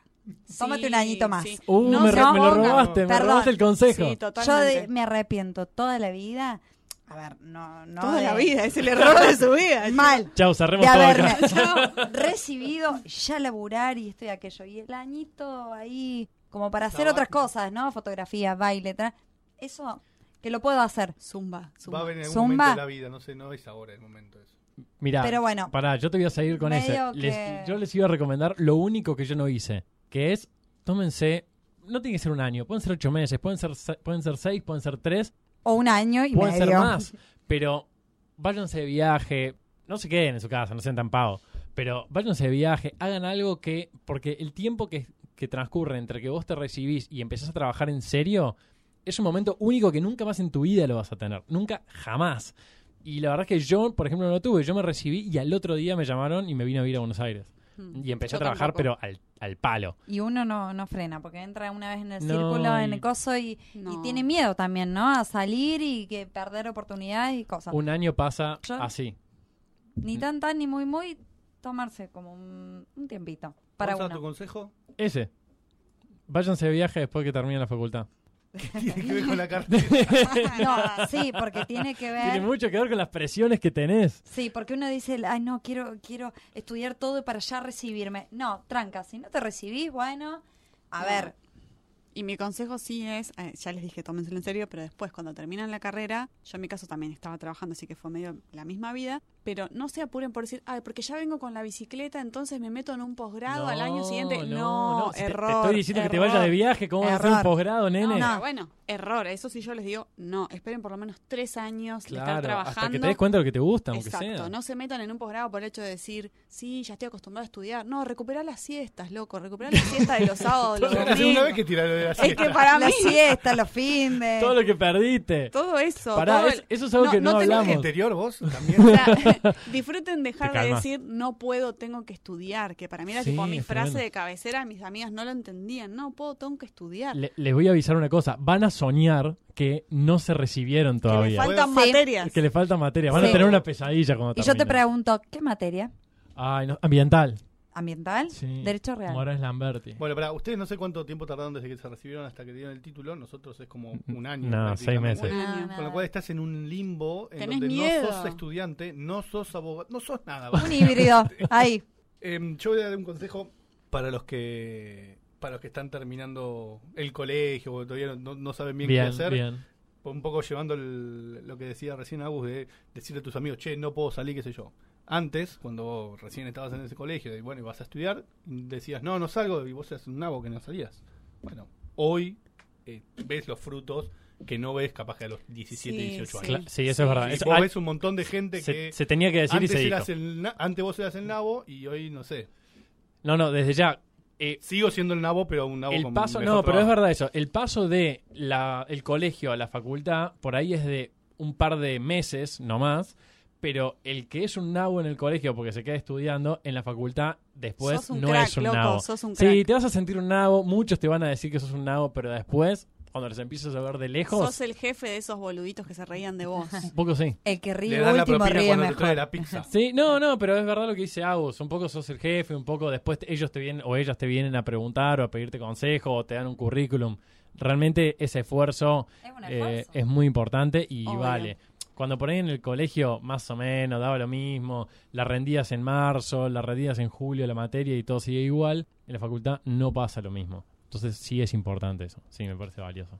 Speaker 4: Tómate un añito más.
Speaker 3: sí.
Speaker 1: Uh,
Speaker 4: No
Speaker 1: me,
Speaker 4: se
Speaker 1: re- me lo
Speaker 4: pongan.
Speaker 1: robaste, me
Speaker 4: Perdón.
Speaker 1: robaste el consejo.
Speaker 3: Sí,
Speaker 4: Yo
Speaker 3: totalmente.
Speaker 4: de- me arrepiento toda la vida. A ver, no, no.
Speaker 3: Toda
Speaker 4: de-
Speaker 3: la vida, es el error de su vida.
Speaker 4: Mal.
Speaker 1: Chau,
Speaker 4: De
Speaker 1: cerremos todo
Speaker 4: haberme
Speaker 1: acá.
Speaker 4: yo recibido, ya laburar y estoy aquello. Y el añito ahí, como para hacer otras cosas, ¿no? Fotografía, baile, tal. Eso, que lo puedo hacer.
Speaker 3: Zumba,
Speaker 2: Va a
Speaker 3: zumba.
Speaker 2: haber en algún
Speaker 4: Zumba.
Speaker 2: momento de la vida, no sé, no es ahora el momento eso.
Speaker 1: Mirá,
Speaker 4: Pero bueno.
Speaker 1: pará, yo te voy a seguir con ese.
Speaker 4: Medio
Speaker 1: Les-
Speaker 4: que-
Speaker 1: yo les iba a recomendar lo único que yo no hice, que es, tómense, no tiene que ser un año, pueden ser ocho meses, pueden ser, se- pueden ser seis, pueden ser tres,
Speaker 4: O un año y
Speaker 1: pueden
Speaker 4: medio.
Speaker 1: ser más, pero váyanse de viaje, no se queden en su casa, no sean tan pavos, pero váyanse de viaje, hagan algo que, porque el tiempo que, que transcurre entre que vos te recibís y empezás a trabajar en serio, es un momento único que nunca más en tu vida lo vas a tener, nunca jamás. Y la verdad es que yo, por ejemplo, no lo tuve, yo me recibí y al otro día me llamaron y me vine a vivir a Buenos Aires.
Speaker 3: Mm.
Speaker 1: Y empecé
Speaker 3: Yo
Speaker 1: a trabajar,
Speaker 3: tampoco.
Speaker 1: pero al, al palo.
Speaker 4: Y uno no, no frena, porque entra una vez en el
Speaker 1: No,
Speaker 4: círculo, en
Speaker 1: y-
Speaker 4: el coso y, y
Speaker 3: No.
Speaker 4: tiene miedo también, ¿no? A salir y que perder oportunidades y cosas.
Speaker 1: Un año pasa
Speaker 4: Yo-
Speaker 1: así.
Speaker 4: Ni tan tan ni muy muy, tomarse como un, un tiempito para
Speaker 2: ¿Vamos a tu
Speaker 4: uno.
Speaker 2: consejo?
Speaker 1: Ese. Váyanse de viaje después que termine la facultad.
Speaker 2: Tiene que ver con la carrera.
Speaker 4: No, sí, porque tiene que ver.
Speaker 1: Tiene mucho que ver con las presiones que tenés.
Speaker 4: Sí, porque uno dice, ay, no, quiero, quiero estudiar todo para ya recibirme. No, tranca, si no te recibís, bueno, a
Speaker 3: No.
Speaker 4: ver,
Speaker 3: Y mi consejo sí es, eh, ya les dije, tómenselo en serio, pero después cuando terminan la carrera, yo en mi caso también estaba trabajando, así que fue medio la misma vida, pero no se apuren por decir, ay, porque ya vengo con la bicicleta, entonces me meto en un posgrado al año siguiente. No,
Speaker 1: si te-
Speaker 3: error.
Speaker 1: Te, estoy diciendo que te vayas de viaje, ¿cómo vas a hacer un
Speaker 4: Error.
Speaker 1: posgrado,
Speaker 3: No,
Speaker 1: nene?
Speaker 3: pero bueno, error. Eso sí yo les digo, no, esperen por lo menos tres años de estar
Speaker 1: claro,
Speaker 3: trabajando.
Speaker 1: hasta que te des cuenta de lo que te gusta, aunque
Speaker 3: Exacto,
Speaker 1: sea.
Speaker 3: no se metan en un posgrado por el hecho de decir, sí, ya estoy acostumbrado a estudiar. No, recuperar las siestas, loco, recuperar las siestas de los sábados, los
Speaker 2: Es la segunda vez
Speaker 3: domingos.
Speaker 2: que tira lo de la
Speaker 3: Es que
Speaker 2: siesta.
Speaker 3: para
Speaker 4: la
Speaker 3: mí,
Speaker 4: siesta, los fines.
Speaker 1: Todo lo que perdiste.
Speaker 3: todo eso.
Speaker 1: Pará,
Speaker 3: todo
Speaker 1: es-
Speaker 3: el-
Speaker 1: eso es algo que no
Speaker 3: tengo
Speaker 1: hablamos.
Speaker 2: anterior vos también?
Speaker 3: O sea, disfruten dejar
Speaker 1: Te
Speaker 3: de
Speaker 1: calmas.
Speaker 3: decir no puedo, tengo que estudiar, que para mí era
Speaker 1: Sí,
Speaker 3: tipo mi
Speaker 1: es
Speaker 3: frase
Speaker 1: tremendo.
Speaker 3: de cabecera, mis amigas no lo entendían, no puedo, tengo que estudiar,
Speaker 1: Le- les voy a avisar una cosa. Van a soñar que no se recibieron
Speaker 3: que me
Speaker 1: todavía.
Speaker 3: faltan
Speaker 4: Sí.
Speaker 3: materias.
Speaker 1: Que le falta materia. Van a
Speaker 4: Sí.
Speaker 1: tener una pesadilla cuando
Speaker 4: y yo te
Speaker 1: terminen.
Speaker 4: pregunto, ¿qué materia?
Speaker 1: Ay, no, ambiental.
Speaker 4: ¿Ambiental?
Speaker 1: Sí.
Speaker 4: ¿Derecho real?
Speaker 1: Morales Lamberti.
Speaker 2: Bueno, para ustedes no sé cuánto tiempo tardaron desde que se recibieron hasta que dieron el título. Nosotros es como un año.
Speaker 1: No, seis
Speaker 2: prácticamente.
Speaker 1: meses.
Speaker 3: Un
Speaker 4: No,
Speaker 3: año.
Speaker 4: Ah, nada.
Speaker 2: Con lo cual estás en un limbo en
Speaker 3: Tenés
Speaker 2: donde
Speaker 3: miedo.
Speaker 2: no sos estudiante, no sos abogado, no sos nada.
Speaker 4: Un híbrido, ahí.
Speaker 2: Em, yo voy a dar un consejo para los que para los que están terminando el colegio o todavía no, no saben bien, qué
Speaker 1: Bien,
Speaker 2: hacer.
Speaker 1: bien.
Speaker 2: Un poco llevando el- lo que decía recién Agus de decirle a tus amigos, che, no puedo salir, qué sé yo. Antes, cuando vos recién estabas en ese colegio y bueno, y vas a estudiar, decías, no, no salgo y vos eras un nabo que no salías. Bueno, hoy eh, ves los frutos que no ves capaz que a los 17,
Speaker 3: Sí,
Speaker 2: 18
Speaker 3: sí.
Speaker 2: años.
Speaker 1: Cla- Sí, eso es verdad.
Speaker 2: Y
Speaker 1: Eso-
Speaker 2: vos
Speaker 1: ah,
Speaker 2: ves un montón de gente
Speaker 1: se,
Speaker 2: que
Speaker 1: se tenía que decir
Speaker 2: antes,
Speaker 1: y se
Speaker 2: eras
Speaker 1: dijo.
Speaker 2: el, na- antes vos eras el nabo y hoy, no sé,
Speaker 1: No, no, desde ya. eh,
Speaker 2: Sigo siendo el nabo, pero un nabo
Speaker 1: el
Speaker 2: con
Speaker 1: paso,
Speaker 2: mejor
Speaker 1: no, pero es
Speaker 2: trabajo.
Speaker 1: verdad eso. El paso de la, el colegio a la facultad, por ahí es de un par de meses nomás. Pero el que es un nabo en el colegio porque se queda estudiando, en la facultad después
Speaker 3: Sos un
Speaker 1: pues no
Speaker 3: crack,
Speaker 1: es un
Speaker 3: loco,
Speaker 1: nabo.
Speaker 3: sos un
Speaker 1: Sí,
Speaker 3: crack.
Speaker 1: te vas a sentir un nabo, muchos te van a decir que sos un nabo, pero después, cuando los empiezas a ver de lejos,
Speaker 3: Sos el jefe de esos boluditos que se reían de vos.
Speaker 1: un poco sí.
Speaker 4: El que
Speaker 2: Le
Speaker 4: ríe
Speaker 2: das la
Speaker 4: último
Speaker 2: propina
Speaker 4: ríe
Speaker 2: cuando te trae
Speaker 4: mejor.
Speaker 2: la pizza.
Speaker 1: Sí, no, no, pero es verdad lo que dice Agus. Un poco sos el jefe, un poco después te- ellos te vienen o ellas te vienen a preguntar o a pedirte consejo o te dan un currículum. Realmente ese esfuerzo,
Speaker 4: Es un
Speaker 1: eh,
Speaker 4: esfuerzo.
Speaker 1: es muy importante y
Speaker 3: Obvio.
Speaker 1: vale. Cuando por ahí en el colegio, más o menos, daba lo mismo, la rendías en marzo, la rendías en julio la materia y todo sigue igual, en la facultad no pasa lo mismo. Entonces sí es importante eso, sí me parece valioso.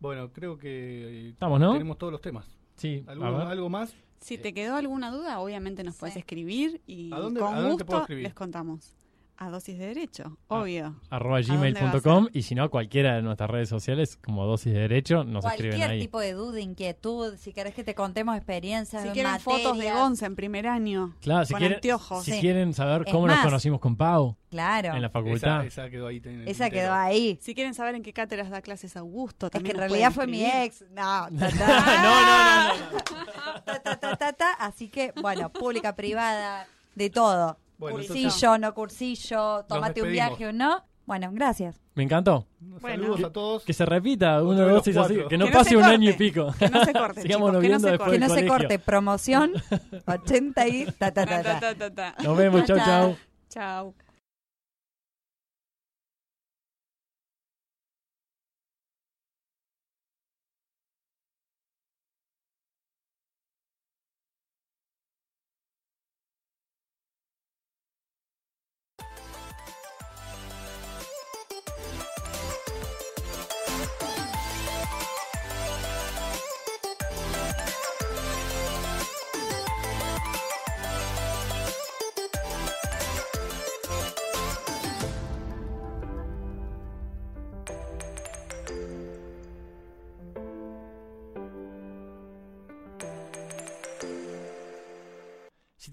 Speaker 2: Bueno, creo que eh,
Speaker 1: ¿Estamos, no?
Speaker 2: tenemos todos los temas.
Speaker 1: Sí, a
Speaker 2: ¿Algo,
Speaker 1: ver.
Speaker 2: algo más?
Speaker 3: Si te quedó alguna duda, obviamente nos
Speaker 4: Sí.
Speaker 3: puedes escribir y
Speaker 2: Eh, ¿A dónde-
Speaker 3: con
Speaker 2: a dónde te
Speaker 3: gusto
Speaker 2: puedo escribir?
Speaker 3: les contamos. A dosis de derecho,
Speaker 1: Ah.
Speaker 3: obvio.
Speaker 1: arroba
Speaker 3: dónde vas,
Speaker 1: gmail.com y si no, cualquiera de nuestras redes sociales, como dosis de derecho, nos escriben
Speaker 4: Cualquier
Speaker 1: ahí.
Speaker 4: tipo de duda, inquietud, si querés que te contemos experiencias,
Speaker 3: Si quieren fotos de
Speaker 4: materias.
Speaker 3: Gonza en primer año,
Speaker 2: Ah,
Speaker 1: Claro, si
Speaker 3: con
Speaker 1: quieren,
Speaker 3: anteojos.
Speaker 1: si
Speaker 4: sí.
Speaker 1: quieren saber
Speaker 4: Es
Speaker 1: cómo nos
Speaker 4: más,
Speaker 1: conocimos con Pau
Speaker 4: Claro,
Speaker 1: en la
Speaker 4: esa,
Speaker 1: facultad.
Speaker 2: Esa, esa quedó ahí. en el
Speaker 4: quedó
Speaker 2: tintero.
Speaker 4: ahí.
Speaker 3: Si quieren saber en qué cátedras da clases Augusto,
Speaker 4: Es que
Speaker 3: también
Speaker 4: en
Speaker 3: nos
Speaker 4: realidad
Speaker 3: pueden
Speaker 4: fue mi
Speaker 3: escribir.
Speaker 4: ex. No, no,
Speaker 1: no, no,
Speaker 4: ta, ta, ta, ta, ta. Así que, bueno, pública, privada, de todo.
Speaker 2: Bueno,
Speaker 4: cursillo, no cursillo, tómate un
Speaker 2: despedimos.
Speaker 4: viaje o no. Bueno, gracias.
Speaker 1: Me encantó.
Speaker 2: Saludos a todos.
Speaker 1: Que se repita uno,
Speaker 2: Otro de
Speaker 1: dos
Speaker 2: los
Speaker 1: y así.
Speaker 2: cuatro.
Speaker 1: Que no
Speaker 3: Que no
Speaker 1: pase
Speaker 3: se
Speaker 1: un
Speaker 3: corte.
Speaker 1: año y pico.
Speaker 3: Que no se
Speaker 1: Sigámonos
Speaker 3: corte, chicos, que no
Speaker 1: viendo
Speaker 3: se
Speaker 1: después
Speaker 4: Que
Speaker 1: del
Speaker 4: no se
Speaker 1: colegio.
Speaker 4: corte. Promoción 80 y ta, ta, ta, ta.
Speaker 3: Ta, ta, ta, ta.
Speaker 1: Nos vemos, chau, chau.
Speaker 3: Chao.
Speaker 1: Si